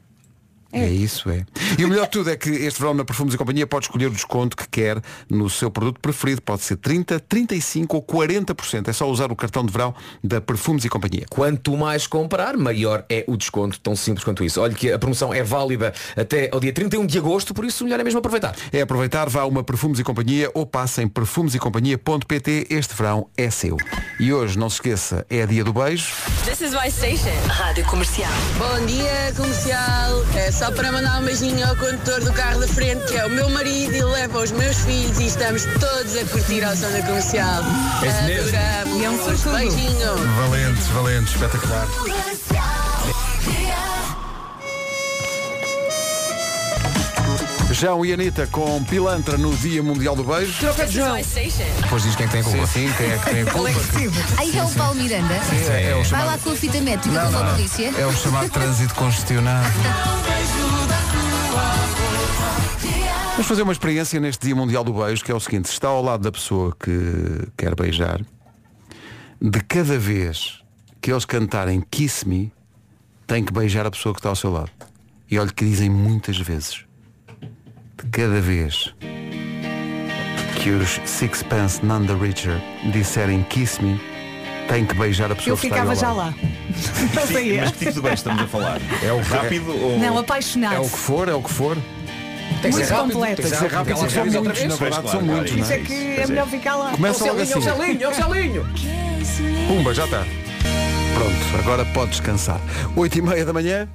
É isso, é. E o melhor de tudo é que este verão na Perfumes e Companhia pode escolher o desconto que quer no seu produto preferido. Pode ser 30, 35 ou 40%. É só usar o cartão de verão da Perfumes e Companhia.
Quanto mais comprar, maior é o desconto, tão simples quanto isso. Olha que a promoção é válida até ao dia 31 de agosto, por isso o melhor é mesmo aproveitar.
É aproveitar, vá a uma Perfumes e Companhia ou passe em perfumesecompanhia.pt. Este verão é seu. E hoje, não se esqueça, é dia do beijo.
This is my station. Rádio Comercial.
Bom dia, comercial. É só para mandar um beijinho ao condutor do carro da frente, que é o meu marido, e leva os meus filhos e estamos todos a curtir ao som da comercial. Adoramos.
E é um sortudo.
Beijinho.
Valente, valente, espetacular. João e Anitta com Pilantra no Dia Mundial do Beijo.
Troca de João.
Depois diz quem tem a culpa. Sim, sim, quem é que tem a culpa.
Aí é o Paulo Miranda.
Sim, é, é o
Vai
chamado-
lá com a fita métrica com a polícia.
um
É o chamado trânsito congestionado.
Vamos fazer uma experiência neste Dia Mundial do Beijo, que é o seguinte, está ao lado da pessoa que quer beijar, de cada vez que eles cantarem Kiss Me, tem que beijar a pessoa que está ao seu lado. E olha que dizem muitas vezes. De cada vez que os Sixpence None the Richer disserem Kiss Me, tem que beijar a pessoa
Eu
que está ao
ficava já
lado.
lá. (laughs) Não saía.
Mas que tipo de beijo estamos a falar?
É o
rápido ou...
Não, apaixonado.
É o que for, é o que for.
Tem que ser Muito rápido, completo.
Tem que ser rápido,
Tem que ser
são
rápido,
muitos,
outra
na
vez.
verdade,
Pois
são
claro,
muitos.
claro,
não
Isso é que é
Pois é.
melhor ficar lá.
Começa logo assim.
é o Celinho.
Pumba, já está. Pronto, agora pode descansar. 8 e meia da manhã.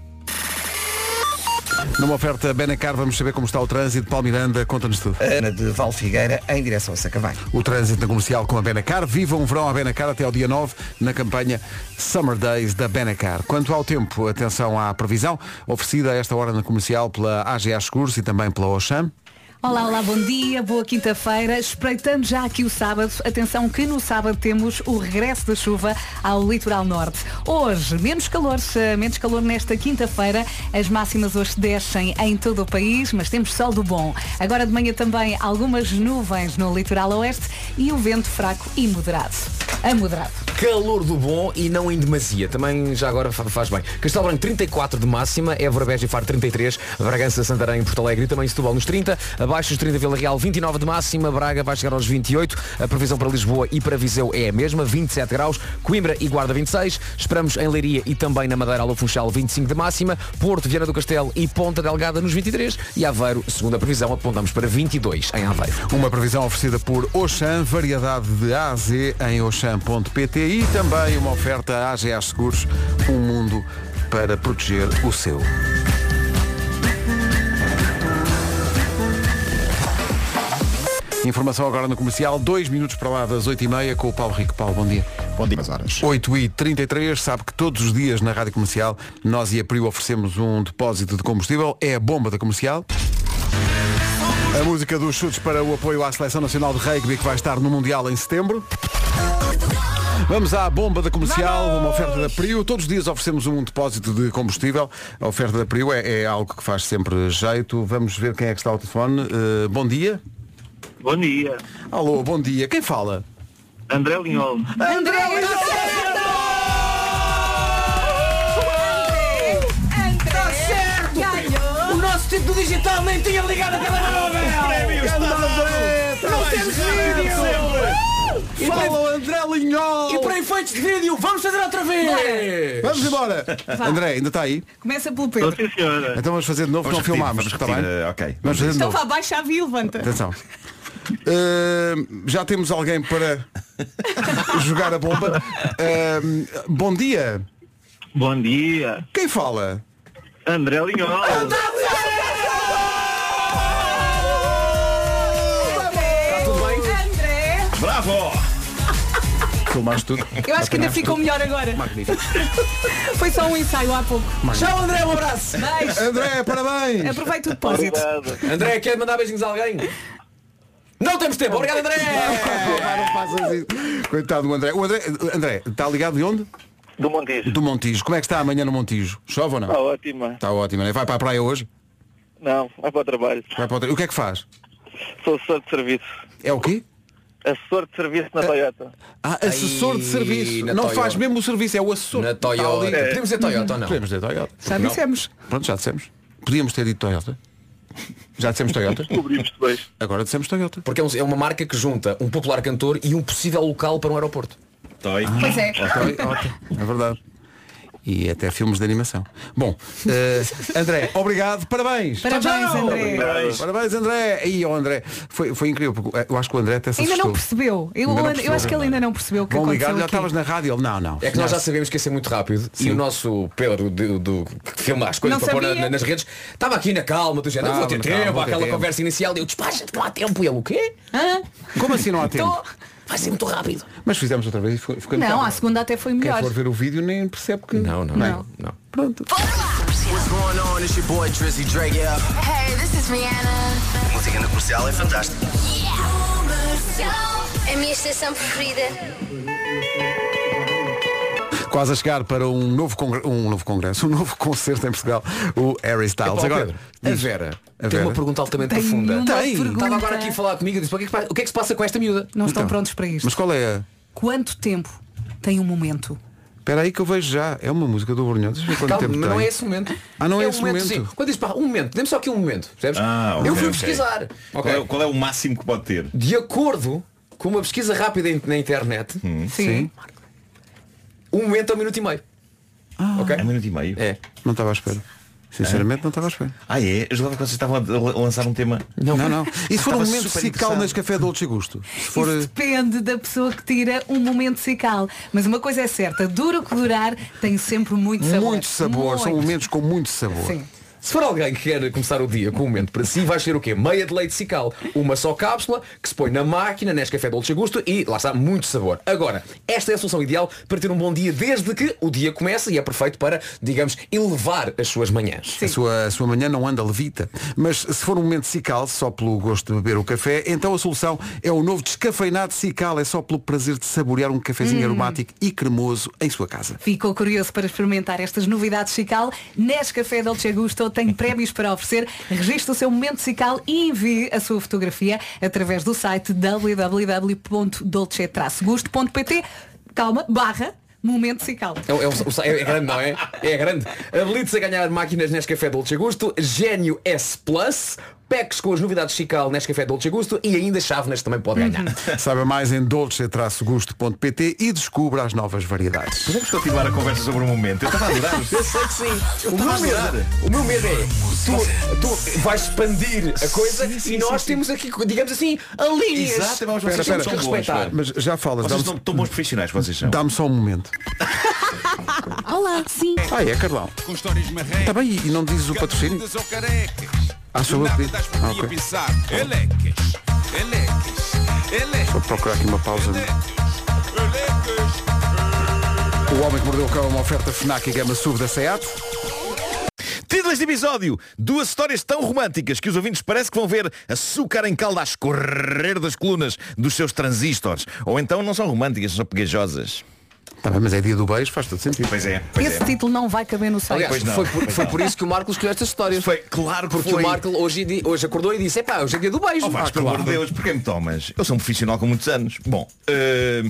Numa oferta Benacar, vamos saber como está o trânsito. Paulo Miranda, conta-nos tudo.
Ana de Val Figueira, em direção a Sacavém.
O trânsito na comercial com a Benacar. Viva um verão à Benacar até ao dia 9, na campanha Summer Days da Benacar. Quanto ao tempo, atenção à previsão, oferecida a esta hora na comercial pela AGA Seguros e também pela Oxam.
Olá, olá, bom dia, boa quinta-feira. Espreitando já aqui o sábado, atenção que no sábado temos o regresso da chuva ao litoral norte. Hoje, menos calor, eh, menos calor nesta quinta-feira. As máximas hoje descem em todo o país, mas temos sol do bom. Agora de manhã também algumas nuvens no litoral oeste e o vento fraco e moderado. A moderado.
Calor do bom e não em demasia. Também já agora fa- faz bem. Castelo Branco 34 de máxima, Évora Beja e Faro 33, Bragança, Santarém, Porto Alegre e também Setúbal nos 30, abaixo dos 30 Vila Real 29 de máxima, Braga vai chegar aos 28, a previsão para Lisboa e para Viseu é a mesma, 27 graus, Coimbra e Guarda 26, esperamos em Leiria e também na Madeira ao Funchal 25 de máxima, Porto, Viana do Castelo e Ponta Delgada nos 23 e Aveiro, segundo a previsão, apontamos para 22 em Aveiro.
Uma previsão oferecida por Oxan, variedade de A a Z em oxan.pt e também uma oferta à AGA Seguros, um mundo para proteger o seu. Informação agora no comercial, dois minutos para lá das 8h30 com o Paulo Rico. Paulo, bom dia.
Bom dia. As horas.
8h33, sabe que todos os dias na Rádio Comercial nós e a PRIO oferecemos um depósito de combustível, é a bomba da comercial. A música dos chutes para o apoio à Seleção Nacional de Rugby que vai estar no Mundial em setembro. Vamos à bomba da comercial, uma oferta da PRIO. Todos os dias oferecemos um depósito de combustível. A oferta da PRIO é, é algo que faz sempre jeito. Vamos ver quem é que está ao telefone. Eh, bom dia.
Bom dia.
Alô, bom dia. Quem fala?
André Linhol.
André
Tá O nosso tipo digital nem tinha ligado a
Não temos vídeo.
E
Fala o
para-
André Linhol!
E para efeitos de vídeo, vamos fazer outra vez!
Vamos embora!
Vá.
André, ainda está aí?
Começa pelo Pedro.
Então vamos fazer de novo,
É. Vamos repetir,
não filmámos,
vamos
está bem?
repetir, eh, ok.
Vamos fazer de
Então
novo.
vá, baixa a via e levanta.
Atenção. Ahm, já temos
(laughs)
alguém para jogar a bomba. Ahm, bom dia.
Bom dia.
Quem fala?
André Linhol.
Bravo!
Filmaste tudo.
Eu acho que ainda ficou melhor agora.
Magnífico.
Foi só um ensaio há pouco.
Magnífico. Tchau, André, um abraço.
Beijo.
André, parabéns.
Aproveita o depósito.
André, quer mandar beijinhos a alguém? Não temos tempo, obrigado André!
É
(laughs) assim. Coitado do André. O André, André, está ligado de onde?
Do Montijo.
Do Montijo. Como é que está amanhã no Montijo? Chove ou não?
Está ótima.
Está ótimo, né? Vai para a praia hoje?
Não, vai para o trabalho.
Vai para o tra- O que é que faz?
Sou assessor de serviço.
É o quê?
Assessor de serviço na Toyota.
Ah, assessor de serviço.
na
Não
Toyota.
faz mesmo o serviço, é o assessor.
Na Toyota.
Está ali.
É. Podemos dizer Toyota ou não?
Podemos dizer Toyota.
Já
Não.
dissemos.
Pronto, já Então dissemos. Podíamos ter dito Toyota. Já dissemos Toyota.
Cobrimos depois.
Agora dissemos
(laughs)
Toyota.
Porque é um- é uma marca que junta um popular cantor e um possível local para um aeroporto.
Toy.
Pois é.
Ok, ok. É verdade. E até filmes de animação. Bom, eh, André, obrigado, parabéns.
Parabéns, André.
Parabéns, Parabéns, André. E o André, foi, foi incrível, porque eh, eu acho que o André até se
Ainda não
assustou.
percebeu. Eu,
Ainda não
eu
percebeu.
acho que ele ainda não percebeu o que
Vão ligar,
aconteceu.
já
aqui.
estavas na rádio. Ele, não, não.
É que nós
Não.
já sabemos que ia ser muito rápido e o nosso Pedro do, do- que filma as coisas
Não
para pôr
sabia.
na- nas redes estava aqui na calma, do género, não vou ter
Calma,
tempo,
calma, vou ter
aquela
tempo.
conversa inicial e eu despacha-te, não há tempo. E ele, o quê?
Hã?
Como assim não há tempo?
Tô-
Vai ser muito rápido.
Mas fizemos outra vez e ficou ficou
Não,
impecável.
à segunda até foi
Então, Quem
melhor.
for ver o vídeo nem percebe que.
Não, não,
Não é?
não. não.
Pronto.
What's going on? It's your boy Drizzy Drake, yeah.
Hey, this is Rihanna.
A música na comercial é fantástica.
É a minha estação preferida.
Quase a chegar para um novo, congre- um novo congresso, um novo (laughs) concerto em Portugal, o Harry
Epá,
Styles.
ó,
Agora,
É Pedro, a Vera
a
tem
Vera.
uma pergunta altamente
Tem
profunda.
uma pergunta.
Estava agora aqui a falar comigo e disse, "Pá, o que, é que, pa- o que é que se passa com esta miúda?
Não estão prontos para isto.
Então. Mas qual é a...
Quanto tempo tem um momento?
Espera aí que eu vejo já. É uma música do Brunhão. Deixa eu ver quanto
Calma,
tempo
mas
tem.
não é esse o momento.
Ah, não é esse
um
o momento.
sim. Quando diz, pá, um momento, dê-me só aqui um momento. percebes? eu fui pesquisar.
Ah, Qual, é, qual é o máximo que pode ter?
De acordo com uma pesquisa rápida in- na internet,
Hum.
Sim.
um momento é um minuto e meio.
Ah.
Ok?
É um minuto e meio.
É.
Não estava à espera. Sinceramente, não estava à espera.
Ah, é? Eu jogava quando vocês estavam a a lançar um tema.
Não, não. E se for
Ah,
um
estava
momento
super
musical
interessado.
neste Café Dolce Gusto? Se for... eh,
Isso depende da pessoa que tira um momento secal. Mas uma coisa é certa, duro que durar tem sempre muito
é
sabor.
Muito sabor, são momentos com muito sabor.
Sim.
Se for alguém que quer começar o dia com um momento para si, vai ser o quê? Meia de leite cical, uma só cápsula, que se põe na máquina, neste café Dolce Gusto e lá está muito sabor. Agora, esta é a solução ideal para ter um bom dia desde que o dia comece e é perfeito para, digamos, elevar as suas manhãs.
A sua, a sua manhã não anda levita. Mas se for um momento cical, só pelo gosto de beber o café, então a solução é o novo descafeinado cical. É só pelo prazer de saborear um cafezinho
Hum.
aromático e cremoso em
(laughs)
sua casa.
Ficou curioso para experimentar estas novidades Cical? Nescafé Dolce Gusto tem prémios para oferecer. Registre o seu momento Cical e envie a sua fotografia através do site www.dolce-gusto.pt Calma, barra, momento Cical.
É, é um- é grande, não é? É grande. Habilite-se a ganhar máquinas Nescafé Dolce Gusto, Gênio S Plus, packs com as novidades Chical Nescafé Dolce Gusto e ainda chávenas também pode ganhar.
Uhum.
Saiba mais em dolce-gusto.pt e descubra as novas variedades.
Podemos continuar a conversa sobre o momento. Eu estava a adorar.
Eu sei que sim. O
tava
meu,
a adorar.
medo, o meu medo é tu, tu vais expandir a coisa
Sim, sim,
e nós
sim,
temos aqui, digamos assim, a linhas.
Exato, vamos- um
que
vocês
temos
são
que
bons,
respeitar.
espera.
Mas já falas,
Vocês
dá-me-
são tão bons profissionais, vocês são.
Dá-me só um momento.
Olá, sim.
Ah, é, Carlão.
Com histórias marrecas.
Está bem, e não dizes o patrocínio?
Ou carecas.
Ah, sou eu que
Nada
digo.
das
Ah,
podia
ok.
pensar. Elecas, elecas, elecas,
Vou procurar aqui uma pausa.
elecas.
O Homem que Mordeu o Cão é uma oferta FNAC e Gama Sub da SEAT.
Título deste episódio, duas histórias tão românticas que os ouvintes parece que vão ver açúcar em calda a escorrer das colunas dos seus transistores. Ou então não são românticas, são pegajosas.
Tá bem, mas é dia do beijo, faz todo sentido.
Pois é, pois
Esse
é.
tipo
título não vai caber no site.
Aliás, foi, por, foi por isso que o Marco escolheu estas histórias. Foi,
claro que
Porque
foi.
o Marco hoje, di- hoje acordou e disse, epá, hoje é dia do beijo.
Oh, Vasco,
Ah,
pelo amor de
claro.
Deus, porquê me tomas? Eu sou um profissional com muitos anos. Bom, eh,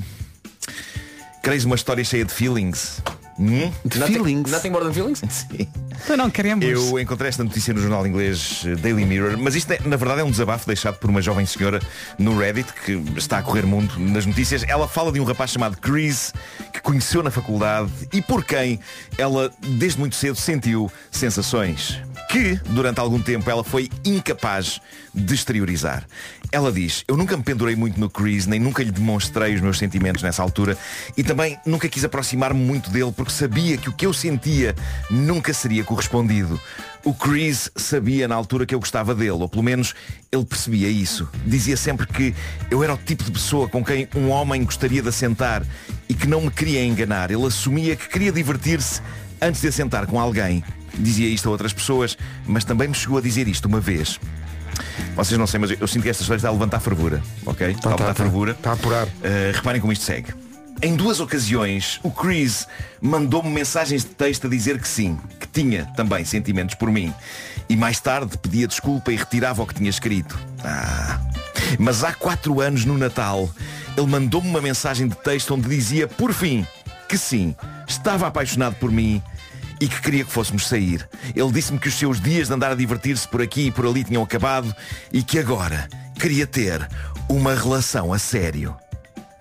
queres uma história cheia de feelings? Hum?
Nothing- feelings? nothing more than feelings?
(laughs) Sim.
Então não queremos.
Eu encontrei esta notícia no jornal inglês eh, Daily Mirror, mas isto é, na verdade é um desabafo deixado por uma jovem senhora no Reddit que está a correr mundo nas notícias. Ela fala de um rapaz chamado Chris que conheceu na faculdade e por quem ela desde muito cedo sentiu sensações que durante algum tempo ela foi incapaz de exteriorizar. Ela diz, eu nunca me pendurei muito no Chris, nem nunca lhe demonstrei os meus sentimentos nessa altura e também nunca quis aproximar-me muito dele porque sabia que o que eu sentia nunca seria correspondido. O Chris sabia na altura que eu gostava dele, ou pelo menos ele percebia isso. Dizia sempre que eu era o tipo de pessoa com quem um homem gostaria de assentar e que não me queria enganar. Ele assumia que queria divertir-se antes de assentar com alguém. Dizia isto a outras pessoas, mas também me chegou a dizer isto uma vez. Vocês não sei, mas eu, eu sinto que esta história está a levantar fervura, ok? Está a levantar fervura. Está tá, a apurar. Eh, reparem como isto segue. Em duas ocasiões, o Chris mandou-me mensagens de texto a dizer que sim, que tinha também sentimentos por mim. E mais tarde pedia desculpa e retirava o que tinha escrito. Ah. Mas há quatro anos, no Natal, ele mandou-me uma mensagem de texto onde dizia, por fim, que sim, estava apaixonado por mim e que queria que fôssemos sair. Ele disse-me que os seus dias de andar a divertir-se por aqui e por ali tinham acabado e que agora queria ter uma relação a sério.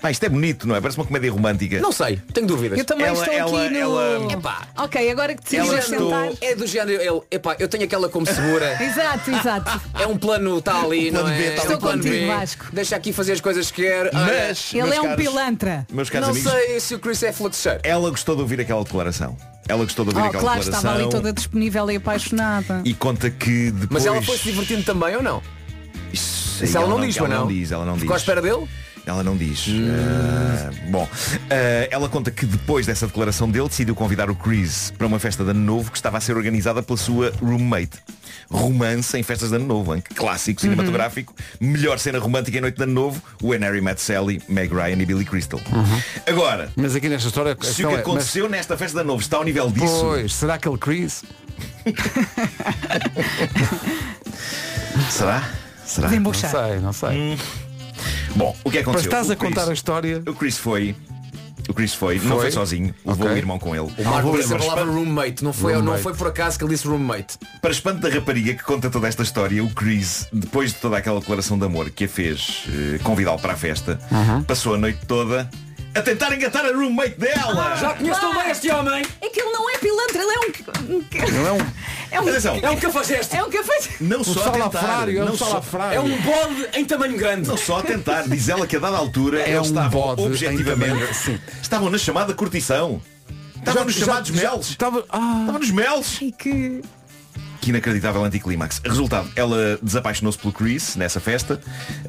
Pá, isto é bonito, não é? Parece uma comédia romântica.
Não sei, tenho dúvidas.
Eu também estou aqui no...
ela-
Epá.
Ok, agora que decides
Ela
sentar.
estou- É do género, ele, epá, eu tenho aquela como segura.
(laughs) Exato, exato.
É um plano está ali,
O
não
plano B
é?
está ali.
É um plano
Estou
B.
contigo, Vasco.
Deixa aqui fazer as coisas que quer.
Mas,
Ele
meus
é um
caros-
pilantra.
Meus caros
não
amigos,
sei se o Chris é fluxeiro.
ela gostou de ouvir aquela declaração. Ela gostou de ouvir
Oh,
aquela
claro,
declaração.
estava ali toda disponível e apaixonada.
E conta que depois.
Mas ela foi se divertindo também ou não?
Isso,
Isso ela não diz,
ela
mas
não
não? é?
diz, ela não
Ficou à
diz.
espera dele?
Ela não diz. Ah, bom, Ah, ela conta que depois dessa declaração dele decidiu convidar o Chris para uma festa de ano novo que estava a ser organizada pela sua roommate. Romance em festas de ano novo, hein? Que clássico
Uhum.
cinematográfico, melhor cena romântica em noite de ano novo, When Harry Met Sally, Meg Ryan e Billy Crystal. Agora,
mas aqui nesta história
se
Uhum. então
o que
é, mas-
aconteceu nesta festa de ano novo está ao nível disso,
Pois, será que ele Chris?
será? Será?
Desembuchar. Não sei, não sei.
Bom, o que é que
Mas
aconteceu?
estás
O
a contar a história.
O Chris foi. O Chris foi, não
Foi?
foi sozinho, levou
Ok.
o irmão com ele.
O Marco
Para-
disse a
para
palavra
espanto-
roommate, não foi, não
Roommate.
foi por acaso que ele disse roommate.
Para espanto da rapariga que conta toda esta história, o Chris, depois de toda aquela declaração de amor que a fez eh, convidá-lo para a festa, passou a noite toda a tentar engatar a roommate dela.
Já conheço tão bem este homem.
É que ele não é pilantra, ele é um.
Não é um...
É um,
Atenção.
é um cafajeste. É um cafajeste.
Não só a tentar, não só,
É um bode em tamanho grande.
não só a tentar, diz ela que a dada altura
É
eles
um
estavam
bode em
objetivamente
tamanho- sim.
estavam na chamada curtição. Estavam nos chamados melos.
Estava Ah,
Estava nos melos.
Ai, que...
Que inacreditável anticlimax. Resultado, ela desapaixonou-se pelo Chris nessa festa,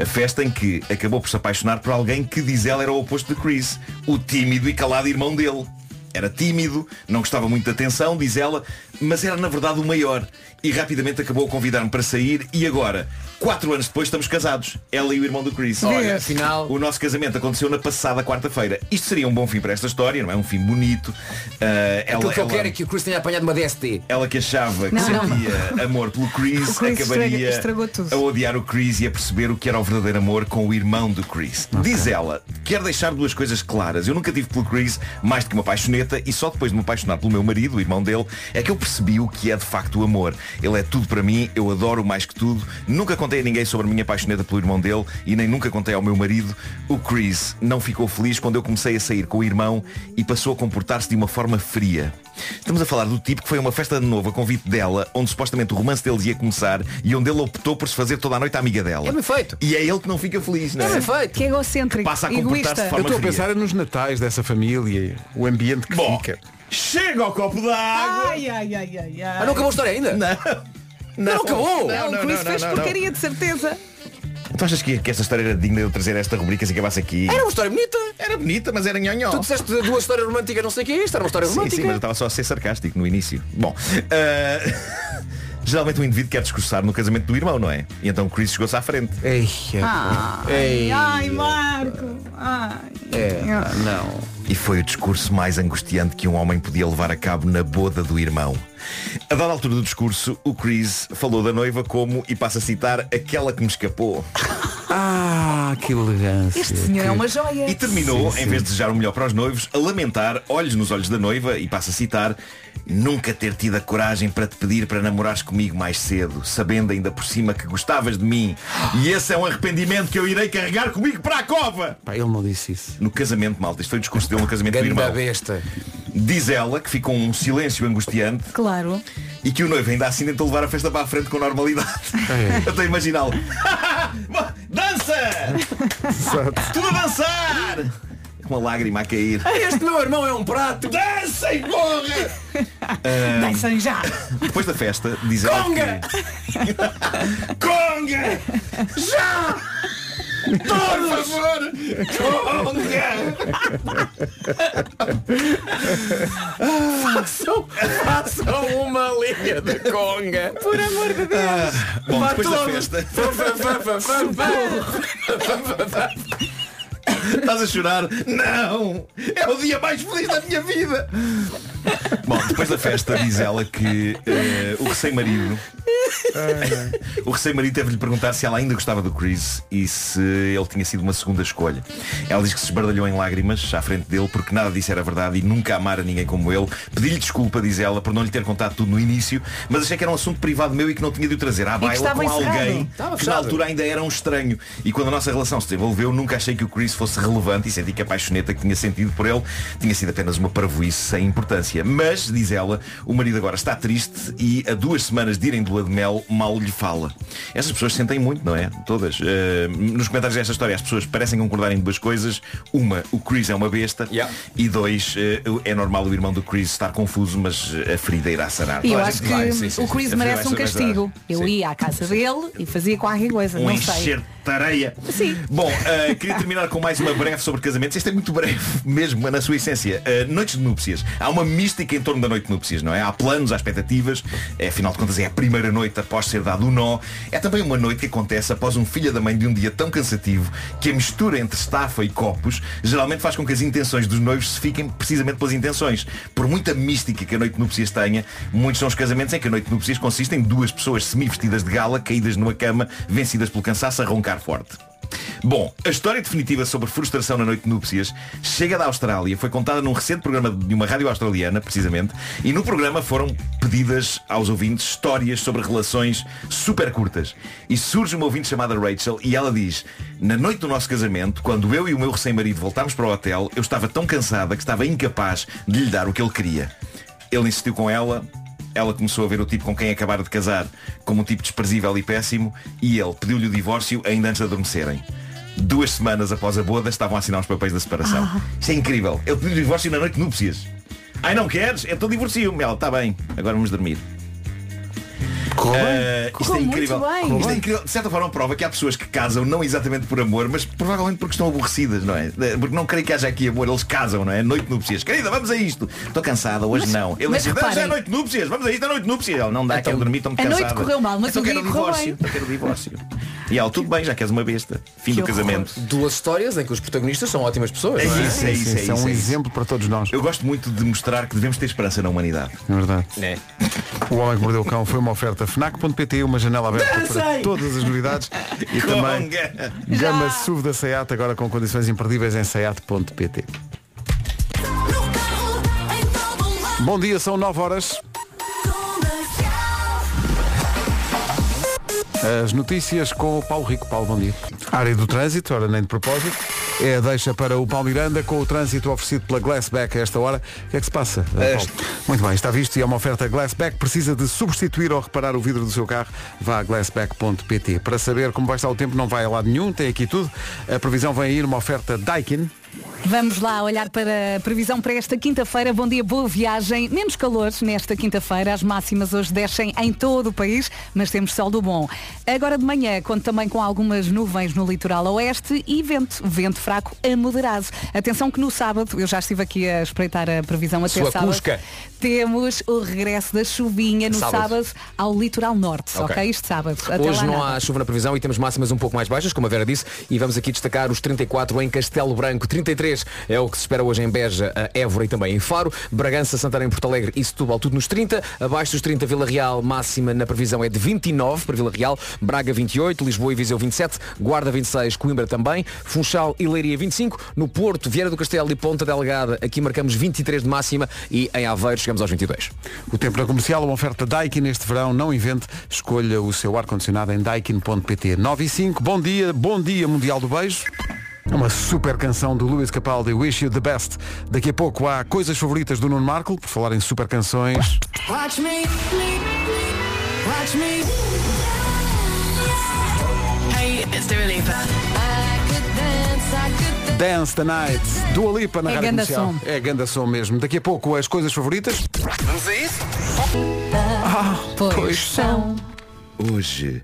a festa em que acabou por se apaixonar por alguém que diz ela era o oposto de Chris, o tímido e calado irmão dele. Era tímido, não gostava muito de atenção, diz ela, mas era na verdade o maior. E rapidamente acabou a convidar-me para sair e agora, quatro anos depois, estamos casados. Ela e o irmão do Chris.
Olha, afinal.
O nosso casamento aconteceu na passada quarta-feira. Isto seria um bom fim para esta história, não é? Um fim bonito. Ah,
Aquilo
ela-
que eu
ela-
quero é que o Chris tenha apanhado uma DST.
ela que achava que
Não,
sentia amor pelo Chris,
O Chris
acabaria
estraga- estragou tudo.
a odiar o Chris e a perceber o que era o verdadeiro amor com o irmão do Chris. Diz ela, quero deixar duas coisas claras. Eu nunca tive pelo Chris mais do que uma paixoneta e só depois de me apaixonar pelo meu marido, o irmão dele, é que eu percebi o que é de facto o amor. Ele é tudo para mim, eu adoro mais que tudo. Nunca contei a ninguém é sobre a minha paixoneta pelo irmão dele e nem nunca contei ao meu marido. O Chris não ficou feliz quando eu comecei a sair com o irmão e passou a comportar-se de uma forma fria. Estamos a falar do tipo que foi a uma festa de novo a convite dela, onde supostamente o romance deles ia começar e onde ele optou por se fazer toda a noite a amiga dela.
É bem feito.
E é ele que não fica feliz, não é?
feito.
Que egocêntrico.
Passa a comportar-se de
egoísta.
forma-
Eu estou a pensar nos natais dessa família, o ambiente que
Bom,
fica.
chega ao copo d'água!
Ai, ai, ai, ai, ai.
Ah, não acabou a história ainda?
Não.
Não, acabou.
Não, o Chris É um fez porcaria de certeza.
Tu achas que, que esta história era digna de eu trazer esta rubrica se acabasse aqui?
Era um uma história bonita.
Era bonita, mas era
Tu
nhonhó.
disseste duas histórias românticas, não sei o que é isto. Era uma história
Sim,
romântica.
sim, mas eu estava só a ser sarcástico no início. Bom, ah, (laughs) geralmente o indivíduo quer discursar no casamento do irmão, não é? E então o Chris chegou-se à frente.
Ei, é.
Ai, Ah, ai, Marco. Ai.
É.
não.
E foi o discurso mais angustiante que um homem podia levar a cabo na boda do irmão. A dada altura do discurso, o Chris falou da noiva como, e passa a citar, aquela que me escapou.
Ah, que elegância.
Este senhor é uma joia.
E terminou,
Sim,
em
sim.
vez de desejar o melhor para os noivos, a lamentar, olhos nos olhos da noiva, e passa a citar, nunca ter tido a coragem para te pedir para namorares comigo mais cedo, sabendo ainda por cima que gostavas de mim. E esse é um arrependimento que eu irei carregar comigo para a cova.
Pá, ele não disse isso.
No casamento, malta, isto foi o discurso dele no casamento do
Ganda
irmão.
besta.
Diz ela que ficou um silêncio angustiante
Claro.
e que o noivo ainda assim tentou levar a festa para a frente com normalidade.
É.
Eu estou a imaginá-lo. (laughs) Dança! Tudo a dançar! Uma lágrima a cair.
Este meu irmão é um prato.
Dancem, porra!
Deixem já.
Depois da festa, diz ela
Conga!
que... (laughs) Conga! (laughs) Já! Por favor! (laughs) Conga!
Façam uma linha de conga. Ah,
Por amor de Deus.
Bom,
Vá
depois da
todos.
festa...
Fã, fã, fã, fã, fã, fã.
Estás a chorar? Não! É o dia mais feliz da minha vida! Bom, depois da festa diz ela que eh, o recém-marido O recém-marido teve-lhe perguntar se ela ainda gostava do Chris e se ele tinha sido uma segunda escolha. Ela diz que se esbardalhou em lágrimas à frente dele porque nada disso era verdade e nunca amara ninguém como ele. Pedi-lhe desculpa, diz ela, por não lhe ter contado tudo no início, mas achei que era um assunto privado meu e que não tinha de o trazer à baila com
estava encerrado.
alguém
Estava
que na
fechado.
altura ainda era um estranho. E quando a nossa relação se desenvolveu, nunca achei que o Chris fosse relevante e senti que a paixoneta que tinha sentido por ele tinha sido apenas uma parvoíce sem importância. Mas, diz ela, o marido agora está triste e a duas semanas de irem de lua de mel mal lhe fala. Essas pessoas sentem muito, não é? Todas. Eh, nos comentários desta história as pessoas parecem concordar em duas coisas. Uma, o Chris é uma besta. E dois, eh, é normal o irmão do Chris estar confuso, mas eh, a ferida irá sarar.
E eu
Toda a
acho
gente
que
vai, sim, sim, sim.
o Chris
A ferida
merece
vai
um
sarar, vai sarar.
castigo. Eu ia à casa dele e fazia qualquer coisa.
Um
não
enxerto de areia.
Sim.
Bom, eh, queria terminar com mais uma breve sobre casamentos. Este é muito breve, mesmo na sua essência. Eh, noites de núpcias. Há uma mística em torno da noite de núpcias, não é? Há planos, há expectativas. Eh, afinal de contas, é a primeira noite após ser dado o nó. É também uma noite que acontece após um filho da mãe de um dia tão cansativo que a mistura entre estafa e copos geralmente faz com que as intenções dos noivos se fiquem precisamente pelas intenções. Por muita mística que a noite de núpcias tenha, muitos são os casamentos em que a noite de núpcias consiste em duas pessoas semi-vestidas de gala, caídas numa cama, vencidas pelo cansaço, a roncar forte. Bom, a história definitiva sobre frustração na noite de núpcias chega da Austrália, foi contada num recente programa de uma rádio australiana, precisamente, e no programa foram pedidas aos ouvintes histórias sobre relações super curtas. E surge uma ouvinte chamada Rachel e ela diz, na noite do nosso casamento, quando eu e o meu recém-marido voltámos para o hotel, eu estava tão cansada que estava incapaz de lhe dar o que ele queria. Ele insistiu com ela, ela começou a ver o tipo com quem acabara de casar como um tipo desprezível e péssimo e ele pediu-lhe o divórcio ainda antes de adormecerem. Duas semanas após a boda estavam a assinar os papéis da separação.
Ah.
Isto é incrível. Ele pediu o divórcio na noite de núpcias. Ai, não queres? Então divorcio-me. Ela, está bem, agora vamos dormir. Ah, isto, é
Correu muito
incrível.
bem.
Isto é incrível. De certa forma prova que há pessoas que casam não exatamente por amor, mas provavelmente porque estão aborrecidas, não é? Porque não creio que haja aqui amor, eles casam, não é? Noite de núpcias. Querida, vamos a isto. Estou cansada, hoje
Mas-
não. Ele
mas
diz, "Não, já é
reparem-
noite de núpcias, vamos a isto, é noite de núpcias. Ela, não dá, quero dormir, estou-me
Então, a
cansada.
noite correu mal, mas
Então
o
quero
dia correu
divórcio,
bem.
então quero divórcio. E ela, tudo bem, já queres uma besta. Fim do casamento.
Duas histórias em que os protagonistas são ótimas pessoas.
É
não
isso, é
um
isso, é isso.
São
é isso.
um para todos nós.
Eu gosto muito de mostrar que devemos ter esperança na humanidade.
É verdade.
É.
O Homem que Mordeu o Cão foi uma oferta FNAC.pt, uma janela aberta para
Dancem!
todas
(laughs)
as novidades e também
Conga!
Gama SUV da SEAT agora com condições imperdíveis em SEAT.pt. Bom dia, são 9 horas. As notícias com o Paulo Rico. Paulo, bom dia. Área do trânsito, ora nem de propósito. É a deixa para o Paulo Miranda com o trânsito oferecido pela Glassback a esta hora. O que é que se passa? eh, Paulo? Muito bem, está visto e é uma oferta Glassback. Precisa de substituir ou reparar o vidro do seu carro? Vá a glassback.pt. Para saber como vai estar o tempo, não vai a lado nenhum, tem aqui tudo. A previsão vem aí numa oferta Daikin.
Vamos lá olhar para a previsão para esta quinta-feira. Bom dia, boa viagem. Menos calor nesta quinta-feira. As máximas hoje descem em todo o país, mas temos sol do bom. Agora de manhã, conto também com algumas nuvens no litoral oeste e vento, vento fraco a moderado. Atenção que no sábado, eu já estive aqui a espreitar a previsão até
Sua
sábado.
cusca.
Temos o regresso da chuvinha no
Sábado.
sábado, ao litoral norte, ok?
Ok.
Este sábado. Até
Hoje
lá
não
nada.
há chuva na previsão e temos máximas um pouco mais baixas, como a Vera disse, e vamos aqui destacar os 34 em Castelo Branco, 33 é o que se espera hoje em Beja, a Évora e também em Faro, Bragança, Santarém, Porto Alegre e Setúbal, tudo nos 30, abaixo dos 30 Vila Real, máxima na previsão é de 29 para Vila Real, Braga 28, Lisboa e Viseu 27, Guarda 26, Coimbra também, Funchal e Leiria 25, no Porto, Vieira do Castelo e Ponta Delgada, aqui marcamos 23 de máxima e em Aveiro chegamos aos 22.
O tempo na comercial, uma oferta Daikin este verão, não invente, escolha o seu ar-condicionado em daikin.pt. 9 e 5, bom dia, bom dia Mundial do Beijo. É Uma super canção do Luís Capaldi, Wish You the Best. Daqui a pouco há coisas favoritas do Nuno Marco, por falar em super canções.
Watch me, watch me. Hey, it's Dua Lipa. I could dance, I could
Dance the Night, Dua Lipa na
É
Rádio
ganda
Comercial.
som.
É ganda som mesmo. Daqui a pouco as coisas favoritas.
Vamos a isso?
pois
são.
Hoje,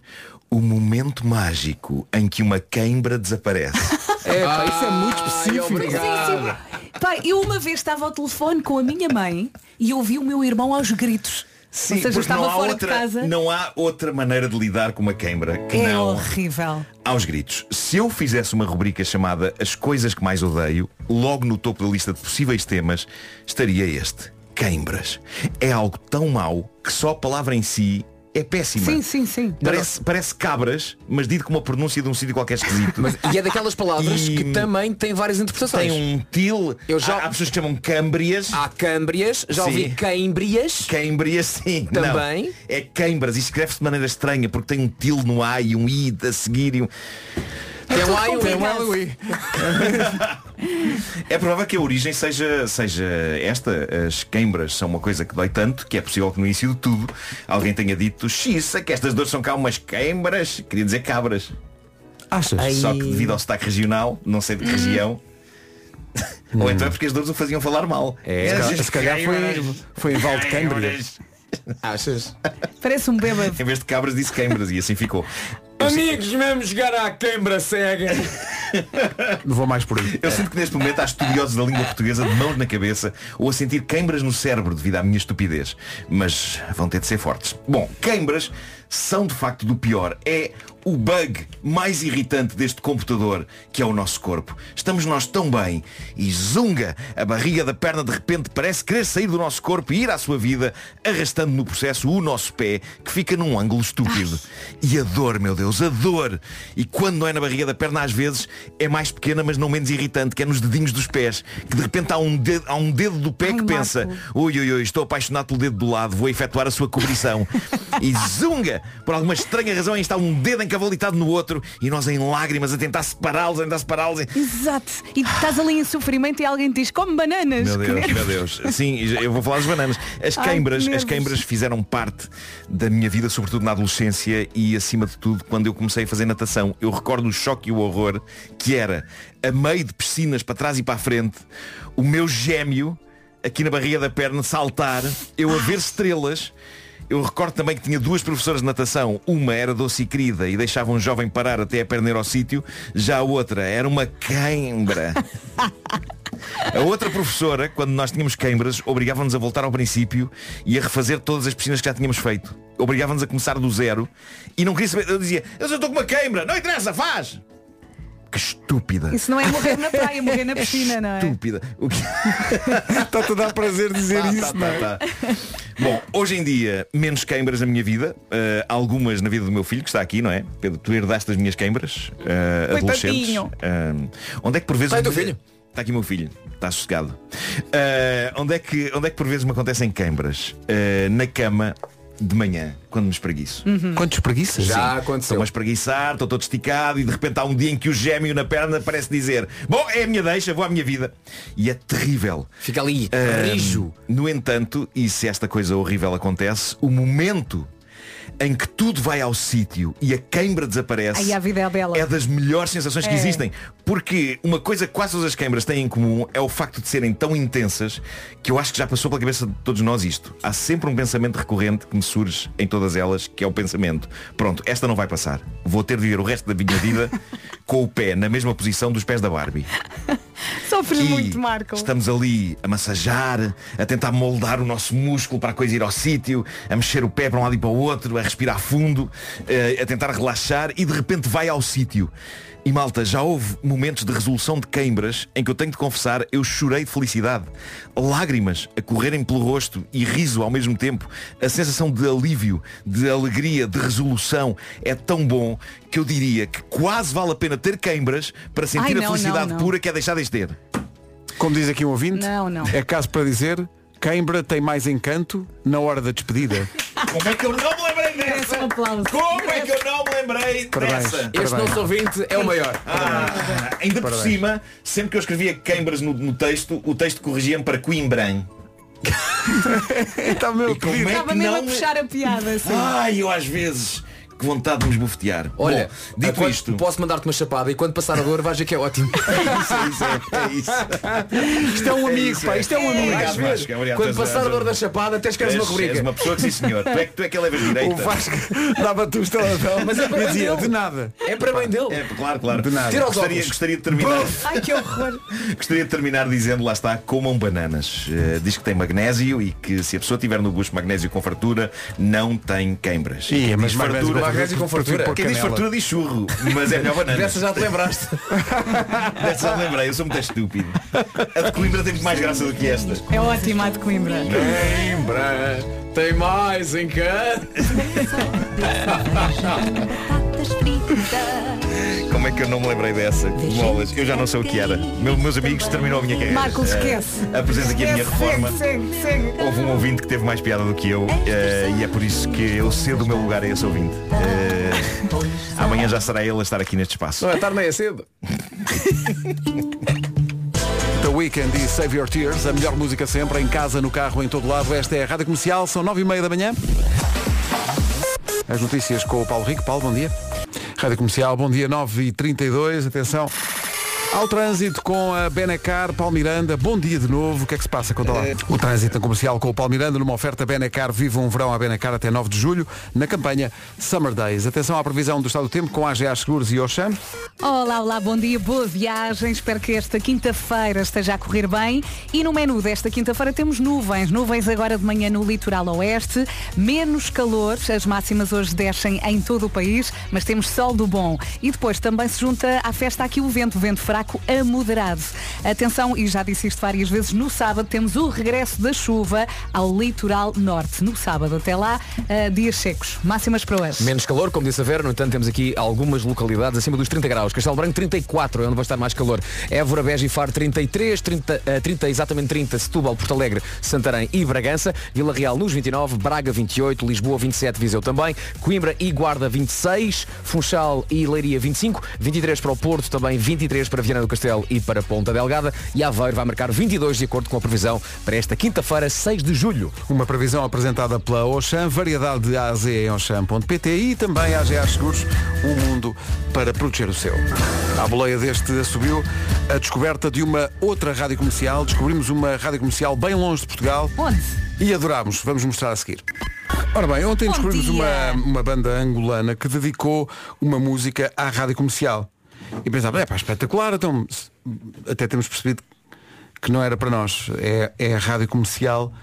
o momento mágico em que uma queimbra desaparece.
É, pá, isso
Ah,
é muito
específico.
Sim, assim, sim. Pai, eu uma vez estava ao telefone com a minha mãe e ouvi o meu irmão aos gritos. Ou seja, eu
porque
estava
há
fora
outra,
de casa.
Não há outra maneira de lidar com uma queimbra que
é
não
horrível.
aos gritos. Se eu fizesse uma rubrica chamada As Coisas que Mais Odeio, logo no topo da lista de possíveis temas estaria este. Queimbras. É algo tão mau que só a palavra em si é péssima.
Sim, sim, sim.
Parece, parece cabras, mas dito com uma pronúncia de um sítio qualquer esquisito.
(laughs) Mas- e é daquelas palavras
E-
que também têm várias interpretações.
Tem um til.
Eu Ah. já...
Há, há pessoas que chamam câmbrias.
Há câmbrias, já
Sim.
ouvi queimbrias.
Queimbrias, sim.
Também.
Não. É queimbras. E escreve-se de maneira estranha porque tem um til no A e um I a seguir. E um...
Tem um I e um
Tem um
I.
I É provável que a origem seja, seja esta. As queimbras são uma coisa que dói tanto que é possível que no início de tudo alguém tenha dito xiça que estas dores são cá umas queimbras. Queria dizer cabras.
Achas? Hum.
Só que devido ao sotaque regional, não sei de que região. Ou então é porque as dores o faziam falar mal.
É, se calhar-
Essas
se calhar foi-
queimbras.
foi em Val de Câmara.
Queimbras.
Achas?
Parece um bêbado.
Em vez de cabras disse queimbras e assim ficou.
Amigos, vamos chegar à queimbra cega.
Não vou mais por aí.
Eu sinto que neste momento há estudiosos da língua portuguesa de mãos na cabeça ou a sentir queimbras no cérebro devido à minha estupidez. Mas vão ter de ser fortes. Bom, queimbras são de facto do pior. É o bug mais irritante deste computador que é o nosso corpo. Estamos nós tão bem e zunga, a barriga da perna de repente parece querer sair do nosso corpo e ir à sua vida, arrastando no processo o nosso pé que fica num ângulo estúpido. E a dor, meu Deus, a dor. E quando não é na barriga da perna, às vezes é mais pequena, mas não menos irritante, que é nos dedinhos dos pés. Que de repente há um dedo, há um dedo do pé que pensa, ui, ui, ui, estou apaixonado pelo dedo do lado, vou efetuar a sua cobrição. e zunga, por alguma estranha razão, aí está um dedo encavalitado no outro e nós em lágrimas a tentar separá-los, a tentar separá-los.
Exato. E estás ali em sofrimento e alguém te diz, come bananas.
Meu
Que
Deus,
nervos.
meu Deus. Sim, eu vou falar das bananas. As
Ai,
queimbras,
que
as
nervos.
queimbras fizeram parte da minha vida, sobretudo na adolescência e acima de tudo quando eu comecei a fazer natação. Eu recordo o choque e o horror que era a meio de piscinas para trás e para a frente, o meu gêmeo aqui na barriga da perna saltar, eu a ver estrelas. Eu recordo também que tinha duas professoras de natação. Uma era doce e querida e deixava um jovem parar até a perna ir ao sítio. Já a outra era uma queimbra. A outra professora, quando nós tínhamos queimbras, obrigava-nos a voltar ao princípio e a refazer todas as piscinas que já tínhamos feito. Obrigava-nos a começar do zero e não queria saber. Eu dizia, eu só estou com uma queimbra, não interessa, faz! Que estúpida.
Isso não é morrer na praia, é morrer na piscina, não é?
Estúpida. O que... (laughs)
Está-te a dar prazer dizer
Tá,
isso,
tá, tá,
não é?
tá. Bom, hoje em dia, menos queimbras na minha vida. eh, algumas na vida do meu filho, que está aqui, não é? Pedro, tu herdaste as minhas queimbras eh, adolescentes.
Coitadinho.
Eh, onde é que por vezes.
Está aí teu filho?
Está aqui o meu filho, está sossegado. Eh, onde, é que, onde é que por vezes me acontecem queimbras? Eh, na cama de manhã, quando me espreguiço.
Quantos preguiças?
Sim. Estou-me a espreguiçar, estou todo esticado e de repente há um dia em que o gêmeo na perna parece dizer Bom, é a minha deixa, vou à minha vida. E é terrível.
Fica ali,
Ahm, é
rijo.
No entanto, e se esta coisa horrível acontece, o momento em que tudo vai ao sítio e a queimbra desaparece
Aí a vida é bela.
é das melhores sensações que
É.
existem. Porque uma coisa que quase todas as câmaras têm em comum é o facto de serem tão intensas que eu acho que já passou pela cabeça de todos nós isto. Há sempre um pensamento recorrente que me surge em todas elas, que é o pensamento. Pronto, esta não vai passar. Vou ter de viver o resto da minha
(laughs)
vida com o pé na mesma posição dos pés da Barbie.
Sofres
E
muito, Marco.
Estamos ali a massajar, a tentar moldar o nosso músculo para a coisa ir ao sítio, a mexer o pé para um lado e para o outro, a respirar fundo, eh, a tentar relaxar e de repente vai ao sítio. E malta, já houve momentos de resolução de queimbras em que eu tenho de confessar, eu chorei de felicidade. Lágrimas a correrem pelo rosto e riso ao mesmo tempo. A sensação de alívio, de alegria, de resolução é tão bom que eu diria que quase vale a pena ter queimbras para sentir
não,
a
não,
felicidade
não.
pura que é deixar de ter.
Como diz aqui um ouvinte,
Não, não.
é caso para dizer, Coimbra tem mais encanto na hora da despedida.
Como é que eu não me lembrei
Merece um
dessa?
aplauso.
Como é que eu não me lembrei
Parabéns.
dessa?
Este
Parabéns.
nosso ouvinte é o maior.
Ah, ainda por
Parabéns.
cima, sempre que eu escrevia Cambras no, no texto, o texto corrigia-me para Coimbran.
Está meu
E como
pedido.
é
Estava
que
mesmo a
não-
puxar a piada, assim.
Ai, eu às vezes, que vontade de me esbofetear.
Olha,
Bom, dito
agora
isto.
posso mandar-te uma chapada e quando passar a dor vais ver que é ótimo.
(laughs) É isso.
(laughs) Isto é um amigo,
isso,
pá,
é.
isto é um amigo.
Obrigado,
Às vezes,
Vasco, obrigado,
quando
tens
passar a
razão.
dor da chapada, até escreves uma
És, és
rubrica. (laughs)
uma pessoa que sim senhor. Tu é que, tu é que levas
O
direita.
Vasco dava-te um estaladão.
Mas é para
E
bem
dizia,
dele.
de nada.
É para bem dele.
É, claro, claro.
De nada.
Tira os
Gostaria,
óculos.
gostaria de terminar.
Ai, que horror.
Gostaria de terminar dizendo, lá está, comam bananas. Eh, diz que tem magnésio e que se a pessoa tiver no bucho magnésio com fartura, não tem queimbras.
Ih,
Quem
mas
diz
magnésio
fartura-
com fartura-
Magnésio com fartura.
prefiro pôr
Quem diz
canela.
fartura diz churro, mas é melhor bananas.
Dessa já te (laughs) lembraste.
Dessa já me lembrei, eu sou muito estúpido. A de Coimbra tem muito mais graça do que esta.
É ótimo, a de Coimbra.
Lembra. Tem mais em casa.
Batatas fritas
Como é que eu não me lembrei dessa? Bolas, eu já não sei o que era. Meu- meus amigos, terminou a minha carreira.
Marco,
Eh,
esquece.
apresento aqui a minha
Esquece,
reforma.
É, Segue, segue, segue.
Houve um ouvinte que teve mais piada do que eu eh, e é por isso que eu cedo o meu lugar a esse ouvinte. Eh, amanhã já será ele a estar aqui neste espaço.
Não é tarde nem é cedo.
The Weekend e Save Your Tears, a melhor música sempre, em casa, no carro, em todo lado. Esta é a Rádio Comercial, são nove e meia da manhã. As notícias com o Paulo Rico. Paulo, bom dia. Rádio Comercial, bom dia, 9 e 32 atenção. Ao trânsito com a Benecar, Paulo Miranda, bom dia de novo, o que é que se passa? Conta lá. O trânsito comercial com o Paulo Miranda, numa oferta Benecar, viva um verão à Benecar até 9 de julho, na campanha Summer Days. Atenção à previsão do estado do tempo com a AGA Seguros e Oxam.
Olá, olá, bom dia, boa viagem. Espero que esta quinta-feira esteja a correr bem. E no menu desta quinta-feira temos nuvens. Nuvens agora de manhã no litoral oeste, menos calor. As máximas hoje descem em todo o país, mas temos sol do bom. E depois também se junta à festa aqui o vento, vento fraco a moderado. Atenção, e já disse isto várias vezes, no sábado temos o regresso da chuva ao litoral norte. No sábado, até lá, ah, dias secos. Máximas para hoje.
Menos calor, como disse a Vera, no entanto temos aqui algumas localidades acima dos 30 graus. Castelo Branco 34 é onde vai estar mais calor. Évora, Beja e Faro 33, 30, eh, 30, exatamente 30, Setúbal, Porto Alegre, Santarém e Bragança, Vila Real nos 29, Braga 28, Lisboa 27, Viseu também, Coimbra e Guarda 26, Funchal e Leiria 25, 23 para o Porto, também 23 para Viana do Castelo e para Ponta Delgada e Aveiro vai marcar 22 de acordo com a previsão para esta quinta-feira, 6 de julho.
Uma previsão apresentada pela Oxam, variedade de AZ em Oxam.pt e também a AGA Seguros, um mundo para proteger o seu. À boleia deste subiu a descoberta de uma outra rádio comercial. Descobrimos uma rádio comercial bem longe de Portugal.
Onde?
E adorámos. Vamos mostrar a seguir. Ora bem, ontem descobrimos uma, uma banda angolana que dedicou uma música à rádio comercial. E pensava, é pá, espetacular, então, se- até temos percebido que não era para nós. É, é a rádio comercial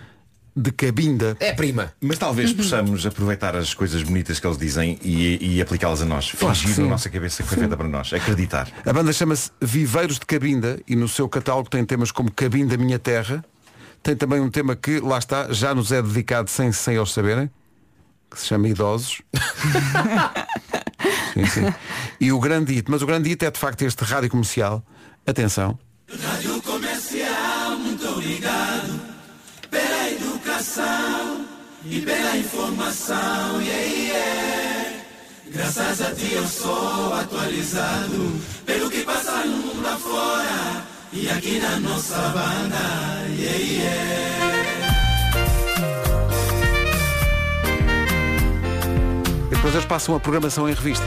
de Cabinda.
É prima.
Mas talvez possamos aproveitar as coisas bonitas que eles dizem e, e aplicá-las a nós.
acho que
Fingir
sim.
na nossa cabeça que foi feita para nós. Acreditar.
A banda chama-se Viveiros de Cabinda e no seu catálogo tem temas como Cabinda Minha Terra. Tem também um tema que, lá está, já nos é dedicado sem, sem eles saberem, que se chama Idosos. Sim, sim. E o grande hit, mas o grande hit é de facto este rádio comercial. Atenção.
Rádio Comercial, muito obrigado pela educação e pela informação. E aí é, graças a ti eu sou atualizado pelo que passa no mundo afora e aqui na nossa banda. E aí é.
E depois eles passam a programação em revista.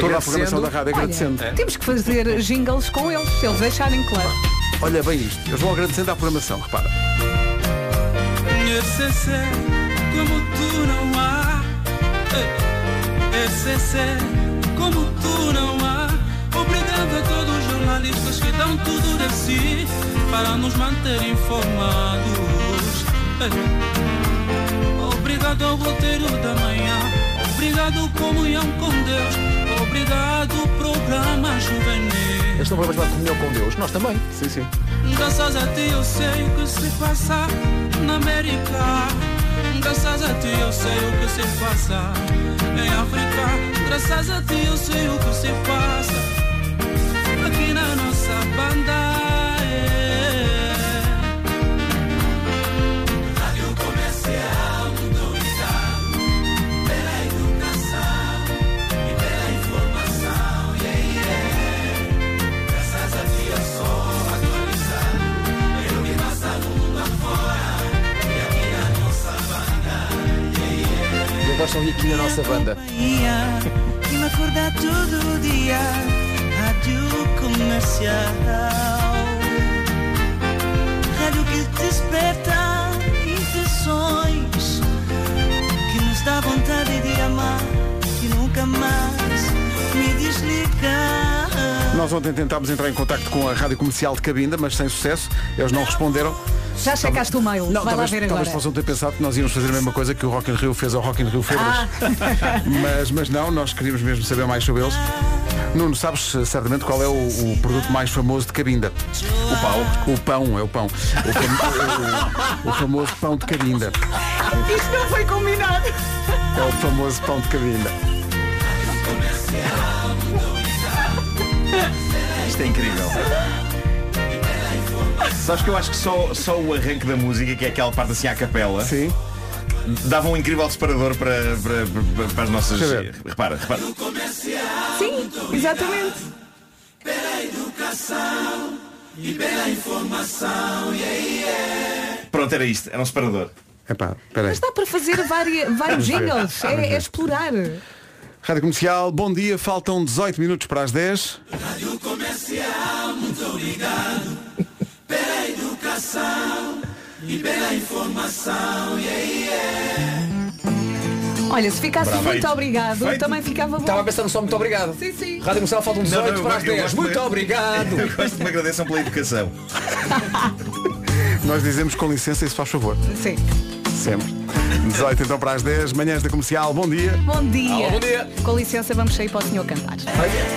Toda a programação da rádio agradecendo. É.
Olha, temos que fazer jingles com eles, se eles deixarem claro.
Olha bem isto. Eles vão agradecendo à programação, repara.
FCC, como tu não há. Eh, FCC, como tu não há. Obrigado a todos os jornalistas que dão tudo de si para nos manter informados. Eh, Obrigado ao roteiro da manhã. Obrigado, comunhão com Deus. Obrigado, programa juvenil.
Eles estão para mais comunhão com Deus, nós também. Sim, sim.
Graças a ti eu sei o que se passa na América. Graças a ti eu sei o que se passa em África. Graças a ti eu sei o que se passa aqui na nossa banda. eh. é. Rádio Comercial, muito obrigado pela educação e pela informação. Yeah, yeah. Graças a ti eu sou atualizado pelo que passa no mundo afora e aqui na nossa banda. Yeah, yeah.
Eles gostam de ir aqui na nossa banda.
Bahia, que me acorda todo dia, rádio comercial. Rádio que desperta intenções, que nos dá vontade de amar, que nunca mais me desligar.
Nós ontem tentámos entrar em contacto com a rádio comercial de Cabinda, mas sem sucesso. Eles não responderam.
Já checaste o mail,
Não,
vai lá
talvez,
ver agora.
talvez possam ter pensado que nós íamos fazer a mesma coisa que o Rock in Rio fez ao Rock in Rio Febras.
Ah.
(laughs) Mas, mas não, nós queríamos mesmo saber mais sobre eles. Nuno, sabes eh, certamente qual é o, o produto mais famoso de Cabinda? O pau. O pão, é o pão. O, fam- o- o famoso pão de Cabinda. um-
Isto não foi combinado.
É o famoso pão de Cabinda.
Isto é incrível. Sabes que eu acho que só, só o arranque da música, que é aquela parte assim à capela, Sim. dava um incrível separador para, para, para, para as nossas.
Deixa eu ver.
Repara, repara.
Sim, exatamente.
É.
Pela educação e pela informação.
Pronto, era isto, era um separador.
Epá, peraí.
Mas dá para fazer varia-
Vamos
vários
ver.
jingles.
Vamos
É,
ver.
é explorar.
Rádio Comercial, bom dia, faltam 18 minutos para as 10.
Comercial, muito obrigado. Pela educação e pela informação.
Olha, se ficasse
Bravo.
muito
Feito.
obrigado,
Feito.
também ficava bom.
Tá.
Estava a pensar no só muito obrigado.
Sim, sim.
Rádio Comercial faltam
Não, não,
18
eu
para
gosto-
as
eu
10.
gosto
Muito
de-
obrigado.
Eu gosto de me agradeçam pela educação.
Nós dizemos com licença e se faz favor.
Sim.
Sempre. 18 então para as 10, manhãs da comercial, bom dia.
Bom dia.
Alô, bom dia.
Com licença, vamos sair para o senhor cantar.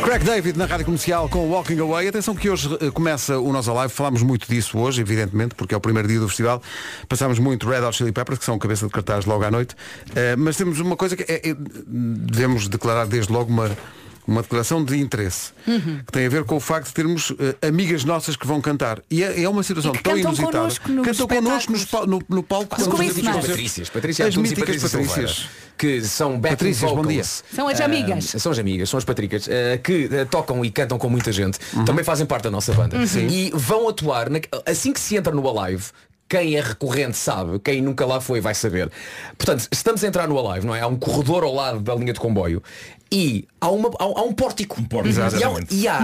Craig David na Rádio Comercial com Walking Away. Atenção que hoje eh, começa o nosso live. Falámos muito disso hoje, evidentemente, porque é o primeiro dia do festival. Passámos muito Red Hot Chili Peppers, que são cabeça de cartaz logo à noite. Eh, mas temos uma coisa que é- é- devemos declarar desde logo uma, uma declaração de interesse.
Uhum.
Que tem a ver com o facto de termos eh, amigas nossas que vão cantar. E é, é uma situação
E que
tão
cantam
inusitada.
connosco nos
cantam connosco nos pa- no, no palco
Quase
quando
como as
fazemos
é?
concertos.
Patrícias. Patrícias
As
Antunes e
míticas
Patrícia
Patrícias.
Silveira, Que são backing
Patrícias, bom
vocals.
dia. São as
Ah,
amigas.
são as amigas, são as patricas. ah, que ah, tocam e cantam com muita gente. Também fazem parte da nossa banda.
Uhum. Sim.
E vão atuar, na- assim que se entra no Alive, quem é recorrente sabe, quem nunca lá foi vai saber. Portanto, estamos a entrar no Alive, não é? Há um corredor ao lado da linha de comboio. E há, uma, há, há um pórtico. E há,
Uhum. Exatamente.
e há- E há,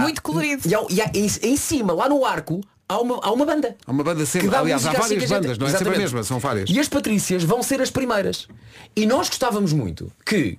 um- e há- em, em cima, lá no arco, há uma, há uma banda.
Há uma banda sempre.
Que dá
Aliás, há
música
várias
assim que a gente-
bandas, não é sempre a
Exatamente.
mesma, são várias.
E as Patrícias vão ser as primeiras. E nós gostávamos muito que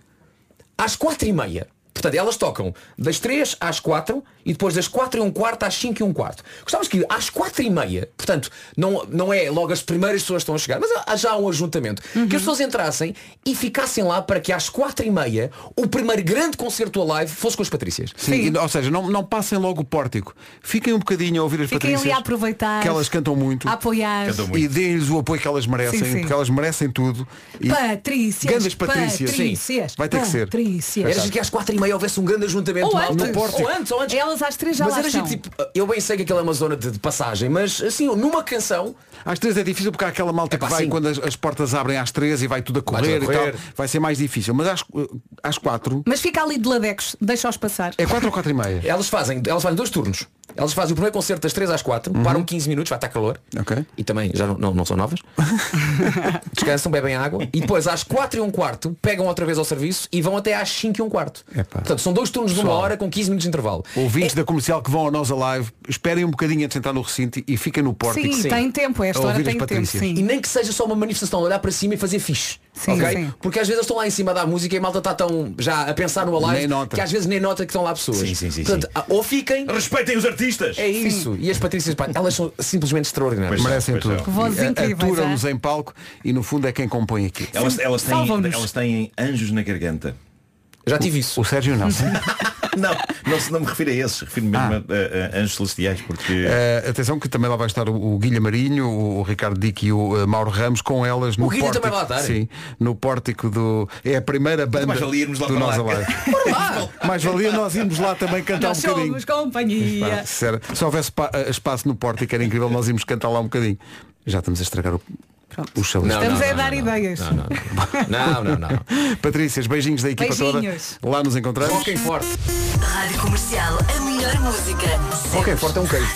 às quatro e meia, portanto, elas tocam das três às quatro e depois das quatro e um quarto às cinco e um quarto. Gostávamos que às quatro e meia, portanto, não, não é logo as primeiras pessoas que estão a chegar, mas há já há um ajuntamento,
Uhum.
que as pessoas entrassem e ficassem lá para que às quatro e meia o primeiro grande concerto a live fosse com as Patrícias.
Sim, e- ou seja, não, não passem logo o pórtico. Fiquem um bocadinho a ouvir as
Fiquem ali
Patrícias.
a aproveitar.
Que elas cantam muito.
A apoiar.
E deem-lhes o apoio que elas merecem,
Sim, sim.
porque elas merecem tudo. E
Patrícias.
Grandes Patrícias, sim.
Patrícias,
Vai ter que ser.
Patrícias.
Era que às quatro e meia houvesse um grande ajuntamento
Ou
malta.
antes. É
Ou antes, ou antes.
Elas às três já
mas
lá
era
estão.
gente, tipo, eu bem sei que aquela é uma zona de, de passagem, mas assim, numa canção.
Às três é difícil porque há aquela malta que vai
sim.
quando as, as portas abrem às três e vai tudo a
Vai tudo
correr,
a
e
correr.
tal. Vai ser mais difícil. Mas às, eh, às quatro.
Mas fica ali de ladecos, deixa-os passar.
É quatro ou quatro e meia?
Elas fazem, elas fazem dois turnos. Elas fazem o primeiro concerto das 3 às 4, param 15 minutos, vai estar calor.
É.
E também já não, não, não são novas. Descansam, bebem água. E depois às 4 e um quarto pegam outra vez ao serviço e vão até às 5 e um quarto. Portanto, são dois turnos de uma
Pessoal.
hora com 15 minutos de intervalo.
Ouvintes
É.
da comercial que vão a nós a live, esperem um bocadinho antes de entrar no recinto e fiquem no pórtico.
Sim, tem tempo, esta
a
hora
ouvir
tem
as
tempo,
Patrícias.
sim.
E nem que seja só uma manifestação, olhar para cima e fazer fixe.
Sim,
ok?
sim.
Porque às vezes eles estão lá em cima da música e a malta está tão já a pensar no live
Nem nota.
que às vezes nem nota que estão lá pessoas.
Sim, sim, sim,
Portanto, a- ou fiquem.
Respeitem os artistas!
É isso. E as Patrícias, pá, elas são simplesmente extraordinárias.
Merecem tudo.
é.
Vozes
A-
incríveis, é.
Aturam-nos em palco e no fundo é quem compõe aqui.
Elas, elas, têm,
Salvam-nos.
elas têm anjos na
(laughs)
garganta.
Já tive isso.
O Sérgio não.
não, não, se- não me refiro a esses, refiro mesmo a, a- a anjos celestiais, porque.
Ah. Eh, atenção que também lá vai estar o, o Guilherme Marinho, o, o Ricardo Dick e o eh, Mauro Ramos com elas no
O Guilherme
pórtico.
também vai lá estar,
Sim, no pórtico do é a primeira banda
mais valia irmos lá
do
para
Nós
lá.
Alive. mais valia nós irmos lá também cantar
Nós
um bocadinho.
somos companhia.
Pá, se era- se houvesse pa- eh, espaço no pórtico era incrível, nós íamos cantar lá um bocadinho. Já estamos a estragar o o chaleiro.
Estamos a dar ideias.
Não, não, não.
Patrícias, beijinhos da equipa
Beijinhos.
toda. Lá nos encontramos.
Roquem forte.
Rádio Comercial, a melhor música.
Roquem forte é um queijo.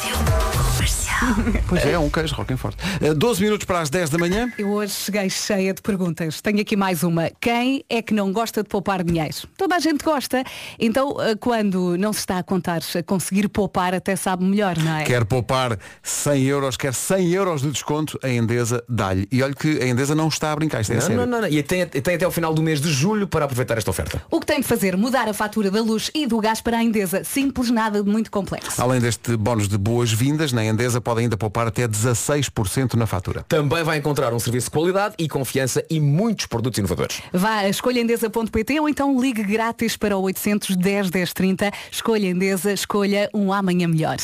Comercial.
Pois é, é um queijo, roquem forte. Eh, 12 minutos para as 10 da manhã.
Eu hoje cheguei cheia de perguntas. Tenho aqui mais uma. Quem é que não gosta de poupar dinheiro? Toda a gente gosta. Então, eh, quando não se está a contar a conseguir poupar, até sabe melhor, não é?
Quer poupar 100 euros, quer 100 euros de desconto, a Endesa dá-lhe. E olha que a Endesa não está a brincar, isto é
Não,
sério.
não, não, não. E tem, tem até ao final do mês de julho para aproveitar esta oferta.
O que tem de fazer? Mudar a fatura da luz e do gás para a Endesa. Simples, nada de muito complexo.
Além deste bónus de boas-vindas, na Endesa podem ainda poupar até 16% na fatura.
Também vai encontrar um serviço de qualidade e confiança e muitos produtos inovadores.
Vá a escolhaendesa.pt ou então ligue grátis para o 810 1030. Escolha Endesa, escolha um amanhã melhor.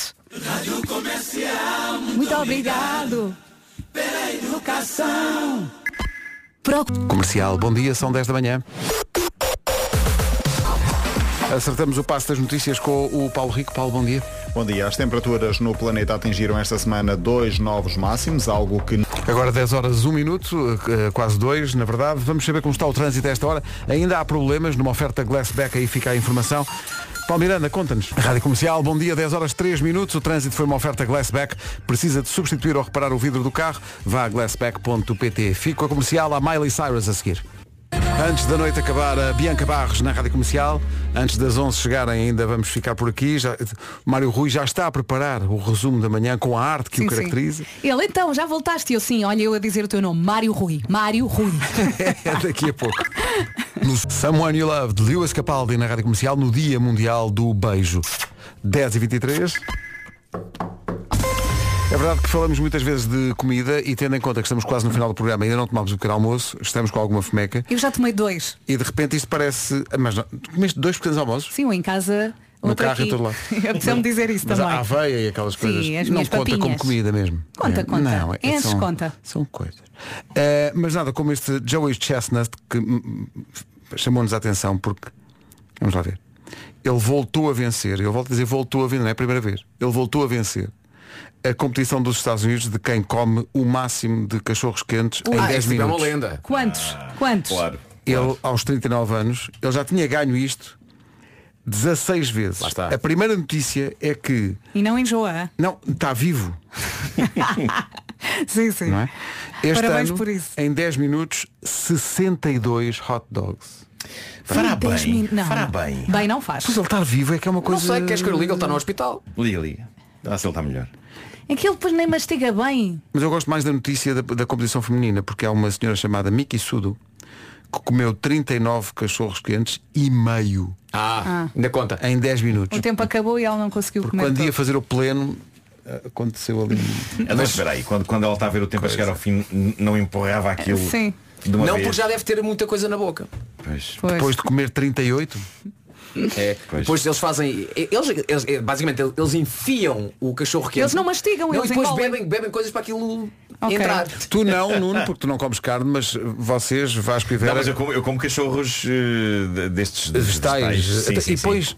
Rádio Comercial,
Muito obrigado.
pela educação.
Comercial, bom dia, são 10 da manhã. Acertamos o passo das notícias com o Paulo Rico. Paulo, bom dia.
Bom dia. As temperaturas no planeta atingiram esta semana dois novos máximos, algo que...
Agora 10 horas 1 minuto, eh, quase 2, na verdade. Vamos saber como está o trânsito a esta hora. Ainda há problemas numa oferta Glassback, aí fica a informação. Paulo Miranda, conta-nos. Rádio Comercial, bom dia, 10 horas 3 minutos. O trânsito foi uma oferta Glassback. Precisa de substituir ou reparar o vidro do carro? Vá a glassback.pt. Fico a comercial a Miley Cyrus a seguir. Antes da noite acabar a Bianca Barros na Rádio Comercial, antes das 11 chegarem ainda vamos ficar por aqui. Já, Mário Rui já está a preparar o resumo da manhã com a arte que o caracteriza.
Ele, então, já voltaste? Eu sim, olha eu a dizer o teu nome, Mário Rui. Mário
(laughs)
Rui.
É daqui a pouco. No Someone You Love de Lewis Capaldi na Rádio Comercial no Dia Mundial do Beijo. 10 e 23 é verdade que falamos muitas vezes de comida e tendo em conta que estamos quase no final do programa e ainda não tomámos o pequeno almoço, estamos com alguma fomeca
Eu já tomei dois.
e de repente isto parece. Mas não, comeste dois pequenos almoços?
Sim, um em casa,
No
outro
carro
aqui.
e todo
(laughs)
lado.
Apeteceu-me dizer isso
Mas
também.
a aveia e aquelas
Sim,
coisas.
as
não
minhas
conta como
papinhas.
comida mesmo.
Conta,
É,
conta.
Não, é,
Enches,
são,
conta.
São coisas. Eh, mas nada, como este Joey Chestnut que hum, chamou-nos a atenção porque, vamos lá ver, ele voltou a vencer, eu volto a dizer voltou a vencer, não é a primeira vez, ele voltou a vencer a competição dos Estados Unidos de quem come o máximo de cachorros quentes
Ui.
em
Ah,
10
esse tipo é uma
minutos.
lenda. Quantos? Quantos? Claro.
Ele, aos 39 anos, ele já tinha ganho isto 16 vezes. A primeira notícia é que
E não enjoa.
não, está vivo.
sim, sim.
Não é? Este
Parabéns
ano,
por isso.
em 10 minutos, 62 hot dogs.
Em 10 min- não. Bem não faz.
Pois ele estar vivo é que é uma coisa.
sei, queres que eu lhe ligue? Ele está no hospital.
Liga, liga. Ah, se ele está melhor.
É que ele depois nem mastiga bem.
Mas eu gosto mais da notícia da, da competição feminina, porque há uma senhora chamada Miki Sudo que comeu 39 cachorros quentes e meio.
Ah.
ainda conta. Em 10 minutos.
O tempo acabou e ela não conseguiu comer.
Quando
todo.
ia fazer o pleno, aconteceu (laughs) ali.
Mas espera aí, quando, quando ela está a ver o tempo
é.
a chegar ao fim, n- não empurrava aquilo de uma
não,
vez.
porque já deve ter muita coisa na boca. Pois.
Depois de comer 38.
É, depois eles fazem. Eles, eles- é, basicamente, eles enfiam o cachorro quente.
Eles não mastigam,
Não,
eles
e depois
engolam.
bebem, bebem coisas para aquilo
Ok.
entrar.
Tu não, Nuno, porque tu não comes carne, mas vocês, Vasco e Vera.
Não, mas eu como, eu como cachorros eh, de- destes de-
vegetais.
Sim,
Até-
sim,
e
sim.
pões,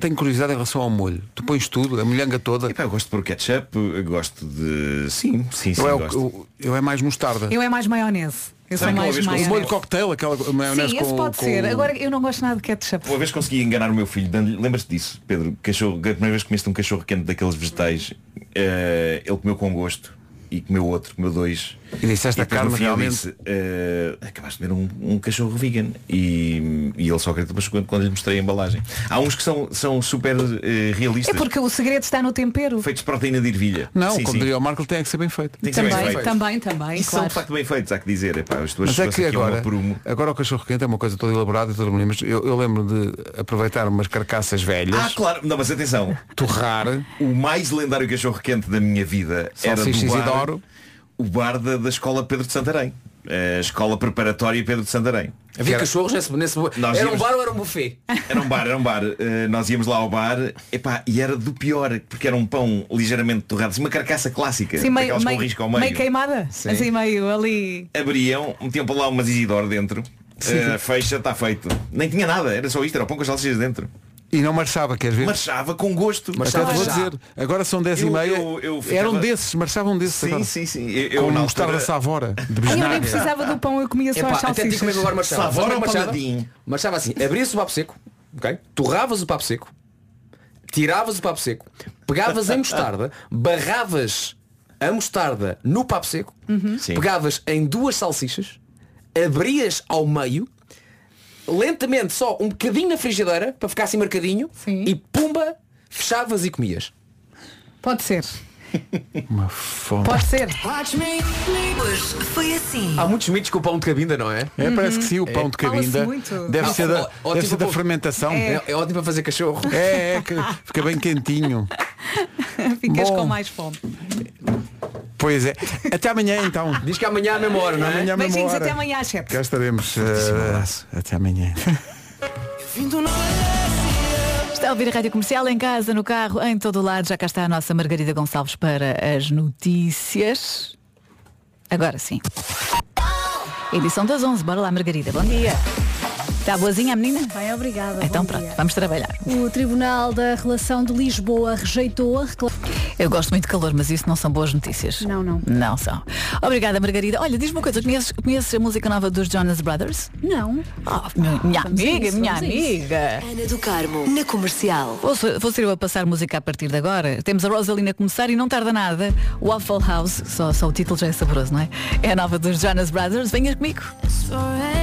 tenho curiosidade em relação ao molho. Tu pões tudo, a molhanga toda.
eu gosto por ketchup, eu gosto de. Sim, sim, sim.
eu, é, o-
gosto.
eu, eu é mais mostarda.
Eu é mais maionese. Eu sou
Sabe que uma
mais
vez com-
o
maionese.
molho cocktail, aquela maionese
Sim,
com.
esse pode
com-
ser. Agora eu não gosto nada de ketchup.
Uma vez consegui enganar o meu filho, dando-lhe- lembras-te disso, Pedro? Cachorro, a primeira vez que comeste um cachorro quente daqueles vegetais, eh, ele comeu com gosto e comeu outro, comeu dois.
E disseste a
depois, no
carne
fim, ele
realmente-
disse, eh, acabaste de comer um, um cachorro vegan. E, e ele só acreditou depois quando, quando lhe mostrei a embalagem. Há uns que são, são super eh,
É
realistas.
porque o segredo está no tempero.
Feitos de proteína de ervilha.
Não,
Sim,
como
sim.
diria o Marco, ele tem que ser bem feito.
Tem que ser bem
Também,
feito.
também, também,
E são
claro.
de facto bem feitos, há que dizer. Epá, as tuas
Mas é
pessoas
que
aqui, um uma
agora,
por uma.
agora o cachorro quente é uma coisa toda elaborada e toda bonita, mas eu, eu lembro de aproveitar umas carcaças velhas.
Ah, claro, não, mas atenção.
Torrar.
O mais lendário cachorro quente da minha vida era do
Salsichas
bar,
Isidoro.
o bar da, da escola Pedro de Santarém. A escola preparatória Pedro de Santarém.
Havia
Que
cachorros nesse. nesse... Era
Nós
um
íamos-
bar ou era um buffet?
Era um bar, era um bar. Eh, nós íamos lá ao bar epá, e era do pior, porque era um pão ligeiramente torrado, assim, uma carcaça clássica,
Sim, meio,
daquelas
meio,
com risco ao meio.
meio queimada.
Sim.
Assim meio ali.
Abriam, metiam para lá umas Isidoro dentro.
Sim.
Eh, fecha, está feito. Nem tinha nada, era só isto, era o pão com as salsichas dentro.
E não marchava, queres ver?
Marchava com gosto.
Mas até te vou dizer, agora são 10 e
Eu-
meia.
eu- eu
Eram
ficava-
desses, marchavam desses.
Sim,
agora.
sim, sim. Eu- eu,
com
na
mostarda
altura-
savora. De
Ai, eu
bisnaga.
nem precisava do pão, eu comia só
Epá, até
as
tinha
salsichas.
comido agora marchava.
Savora
Sabes como é que
ou
marchava?
paladinho?
Marchava assim, abrias o papo seco, ok? Torravas o papo seco, tiravas o papo seco, pegavas em (laughs) mostarda, barravas a mostarda no papo seco,
Sim.
pegavas em duas salsichas, abrias ao meio, lentamente só um bocadinho na frigideira, para ficar assim marcadinho, e pumba, fechavas e comias.
Pode ser.
Uma fome.
Pode ser. (laughs)
Hoje foi assim.
Há muitos mitos com o pão de cabinda, não é?
É, parece que sim, o
Uhum.
pão de cabinda deve ser da, deve
tipo
ser da fermentação.
É. é ótimo para fazer cachorro.
É, é, que fica bem quentinho.
Ficas
Bom.
com mais fome.
Pois é. Até amanhã então.
Diz que amanhã à mesma hora, não é?
Amanhã à mesma
Beijinhos
hora.
até amanhã às 7.
Cá estaremos. eh, até amanhã.
Está a ouvir a Rádio Comercial em casa, no carro, em todo o lado. Já cá está a nossa Margarida Gonçalves para as notícias. Agora sim. Edição das 11. Bora lá, Margarida. Bom dia. Está boazinha a menina?
Bem, obrigada.
Então
bom
pronto,
dia.
vamos trabalhar.
O Tribunal da Relação de Lisboa rejeitou a reclamação.
Eu gosto muito de calor, mas isso não são boas notícias. Não, não. Não são. Obrigada, Margarida. Olha, diz-me uma coisa, conheces, conheces a música nova dos Jonas Brothers?
Não.
Oh, minha minha
Vamos a
amiga,
isso,
minha
vamos a isso.
amiga.
Ana do Carmo, na comercial.
Vou, ser- vou ser eu a passar música a partir de agora. Temos a Rosalina a começar e não tarda nada. Waffle House, só, só o título já é saboroso, não é? É a nova dos Jonas Brothers. Venhas comigo.
forever.